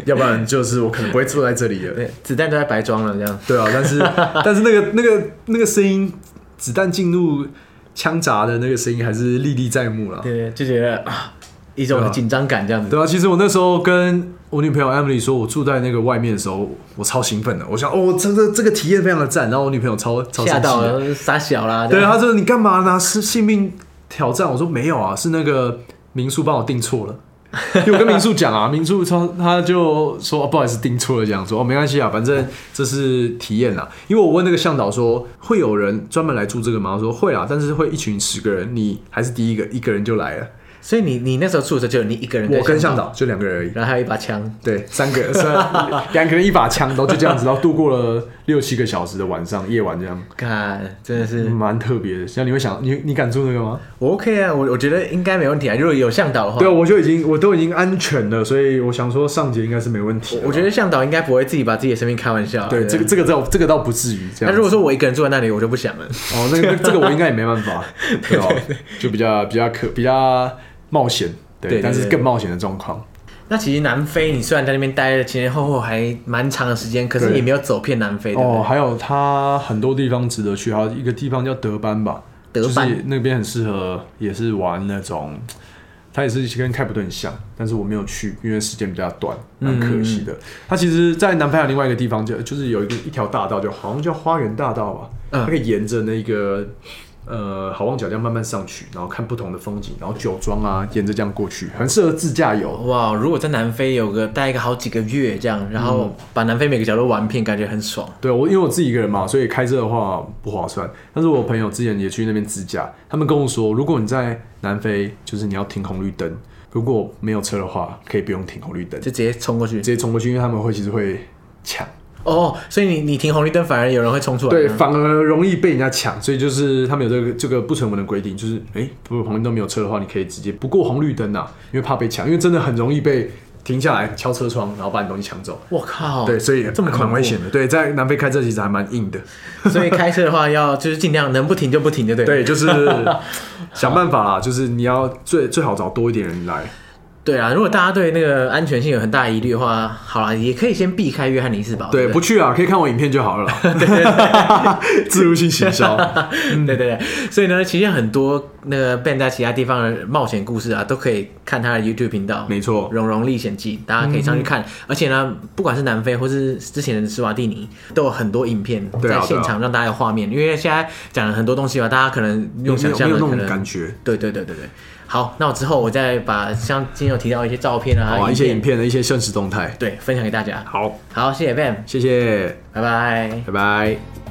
[SPEAKER 2] 要不然就是我可能不会坐在这里了。
[SPEAKER 1] 对子弹都在白装了这样。
[SPEAKER 2] 对啊，但是但是那个那个那个声音，子弹进入枪砸的那个声音还是历历在目了。
[SPEAKER 1] 对，就觉得啊，一
[SPEAKER 2] 对
[SPEAKER 1] 种
[SPEAKER 2] 啊
[SPEAKER 1] 紧张感这样子。
[SPEAKER 2] 对啊，其实我那时候跟我女朋友 Emily 说，我住在那个外面的时候，我超兴奋的，我想哦，这个这个体验非常的赞。然后我女朋友超超
[SPEAKER 1] 吓
[SPEAKER 2] 啊生气
[SPEAKER 1] 到
[SPEAKER 2] 的，
[SPEAKER 1] 了，傻小啦。
[SPEAKER 2] 对，
[SPEAKER 1] 这
[SPEAKER 2] 啊
[SPEAKER 1] 样
[SPEAKER 2] 她说你干嘛拿是性命挑战？我说没有啊，是那个民宿帮我订错了。因为我跟民宿讲啊，民宿他他就说、哦、不好意思订错了，这样说哦没关系啊，反正这是体验啦。因为我问那个向导说会有人专门来住这个吗？他说会啊，但是会一群十个人，你还是第一个，一个人就来了。
[SPEAKER 1] 所以你你那时候住的时候就有你一个人，
[SPEAKER 2] 我跟向，导就两个人而已。
[SPEAKER 1] 然后还有一把枪。
[SPEAKER 2] 对，三个 三两个人一把枪，然后就这样子，然后度过了六七个小时的晚上夜晚，这样
[SPEAKER 1] 看，真的是、
[SPEAKER 2] 蛮特别的。像你会想，你你敢住那个吗？
[SPEAKER 1] 我 OK 啊，我我觉得应该没问题啊。如果有向导的话，
[SPEAKER 2] 对，我就已经我都已经安全了，所以我想说上节应该是没问题的吧。
[SPEAKER 1] 我觉得向导应该不会自己把自己的生命开玩笑。
[SPEAKER 2] 对这个这个倒这个倒不至于这
[SPEAKER 1] 那
[SPEAKER 2] 样子。
[SPEAKER 1] 如果说我一个人坐在那里，我就不想了。
[SPEAKER 2] 哦，那个这个我应该也没办法， 对吧？就比较比较可比较冒险，对，
[SPEAKER 1] 对对
[SPEAKER 2] 但是
[SPEAKER 1] 对
[SPEAKER 2] 更冒险的状况。
[SPEAKER 1] 那其实南非，你虽然在那边待了前前后后还蛮长的时间，可是
[SPEAKER 2] 对
[SPEAKER 1] 你没有走遍南非，对不对
[SPEAKER 2] 哦，还有它很多地方值得去，还有一个地方叫德班吧，
[SPEAKER 1] 德班
[SPEAKER 2] 就是那边很适合，也是玩那种，它也是跟开普敦很像，但是我没有去，因为时间比较短，
[SPEAKER 1] 嗯
[SPEAKER 2] 蛮可惜的。它其实，在南非还有另外一个地方叫，就是有一个一条大道，就好像叫花园大道吧，
[SPEAKER 1] 嗯
[SPEAKER 2] 它可以沿着那个。呃，好望角这样慢慢上去，然后看不同的风景，然后酒庄啊，沿着这样过去，很适合自驾游。
[SPEAKER 1] 哇，如果在南非有个待个好几个月这样，然
[SPEAKER 2] 嗯
[SPEAKER 1] 后把南非每个角落玩遍，感觉很爽。
[SPEAKER 2] 对我，因为我自己一个人嘛，所以开车的话不划算。但是我朋友之前也去那边自驾，他们跟我说，如果你在南非，就是你要停红绿灯，如果没有车的话，可以不用停红绿灯，直
[SPEAKER 1] 就直接冲过去
[SPEAKER 2] 接冲过去，因为他们会其实会抢，
[SPEAKER 1] 哦，所以你你停红绿灯，反而有人会冲出来。
[SPEAKER 2] 对，，反而容易被人家抢，所以就是他们有这个这个不成文的规定，就是哎，如果红绿灯没有车的话，你可以直接不过红绿灯啊，因为怕被抢，因为真的很容易被停下来敲车窗，然后把你东西抢走。
[SPEAKER 1] 我靠，
[SPEAKER 2] 对，所以
[SPEAKER 1] 这么恐
[SPEAKER 2] 蛮
[SPEAKER 1] 怖
[SPEAKER 2] 危险的。对，在南非开车其实还蛮硬的。
[SPEAKER 1] 所以开车的话要就是尽量能不停就不停，就对。
[SPEAKER 2] 对，就是 想办法啦，就是你要最最好找多一点人来。
[SPEAKER 1] 对啊，如果大家对那个安全性有很大疑虑的话，好啦，也可以先避开约翰尼斯堡。
[SPEAKER 2] 对，
[SPEAKER 1] 对
[SPEAKER 2] 不去啊，可以看我影片就好了啦。 自入性行销，嗯
[SPEAKER 1] 对对对对，所以呢，其实很多那个 Ben 在其他地方的冒险故事啊，都可以看他的 YouTube 频道。
[SPEAKER 2] 没错
[SPEAKER 1] 蓉蓉历险记》，大家可以上去
[SPEAKER 2] 嗯
[SPEAKER 1] 看。而且呢，不管是南非或是之前的斯瓦蒂尼，都有很多影片
[SPEAKER 2] 对啊
[SPEAKER 1] 在现场让大家有画面。因为现在讲了很多东西吧，大家可能用想象
[SPEAKER 2] 没
[SPEAKER 1] 的
[SPEAKER 2] 有
[SPEAKER 1] 可
[SPEAKER 2] 那种
[SPEAKER 1] 能
[SPEAKER 2] 感。觉。
[SPEAKER 1] 对对对对对。好，那我之后我再把像今天有提到一些照片啊，
[SPEAKER 2] 好啊，一些影片的一些现实动态。
[SPEAKER 1] 对分享给大家。
[SPEAKER 2] 好，
[SPEAKER 1] 好，谢谢 Ben，
[SPEAKER 2] 谢谢，
[SPEAKER 1] 拜拜。
[SPEAKER 2] 拜拜。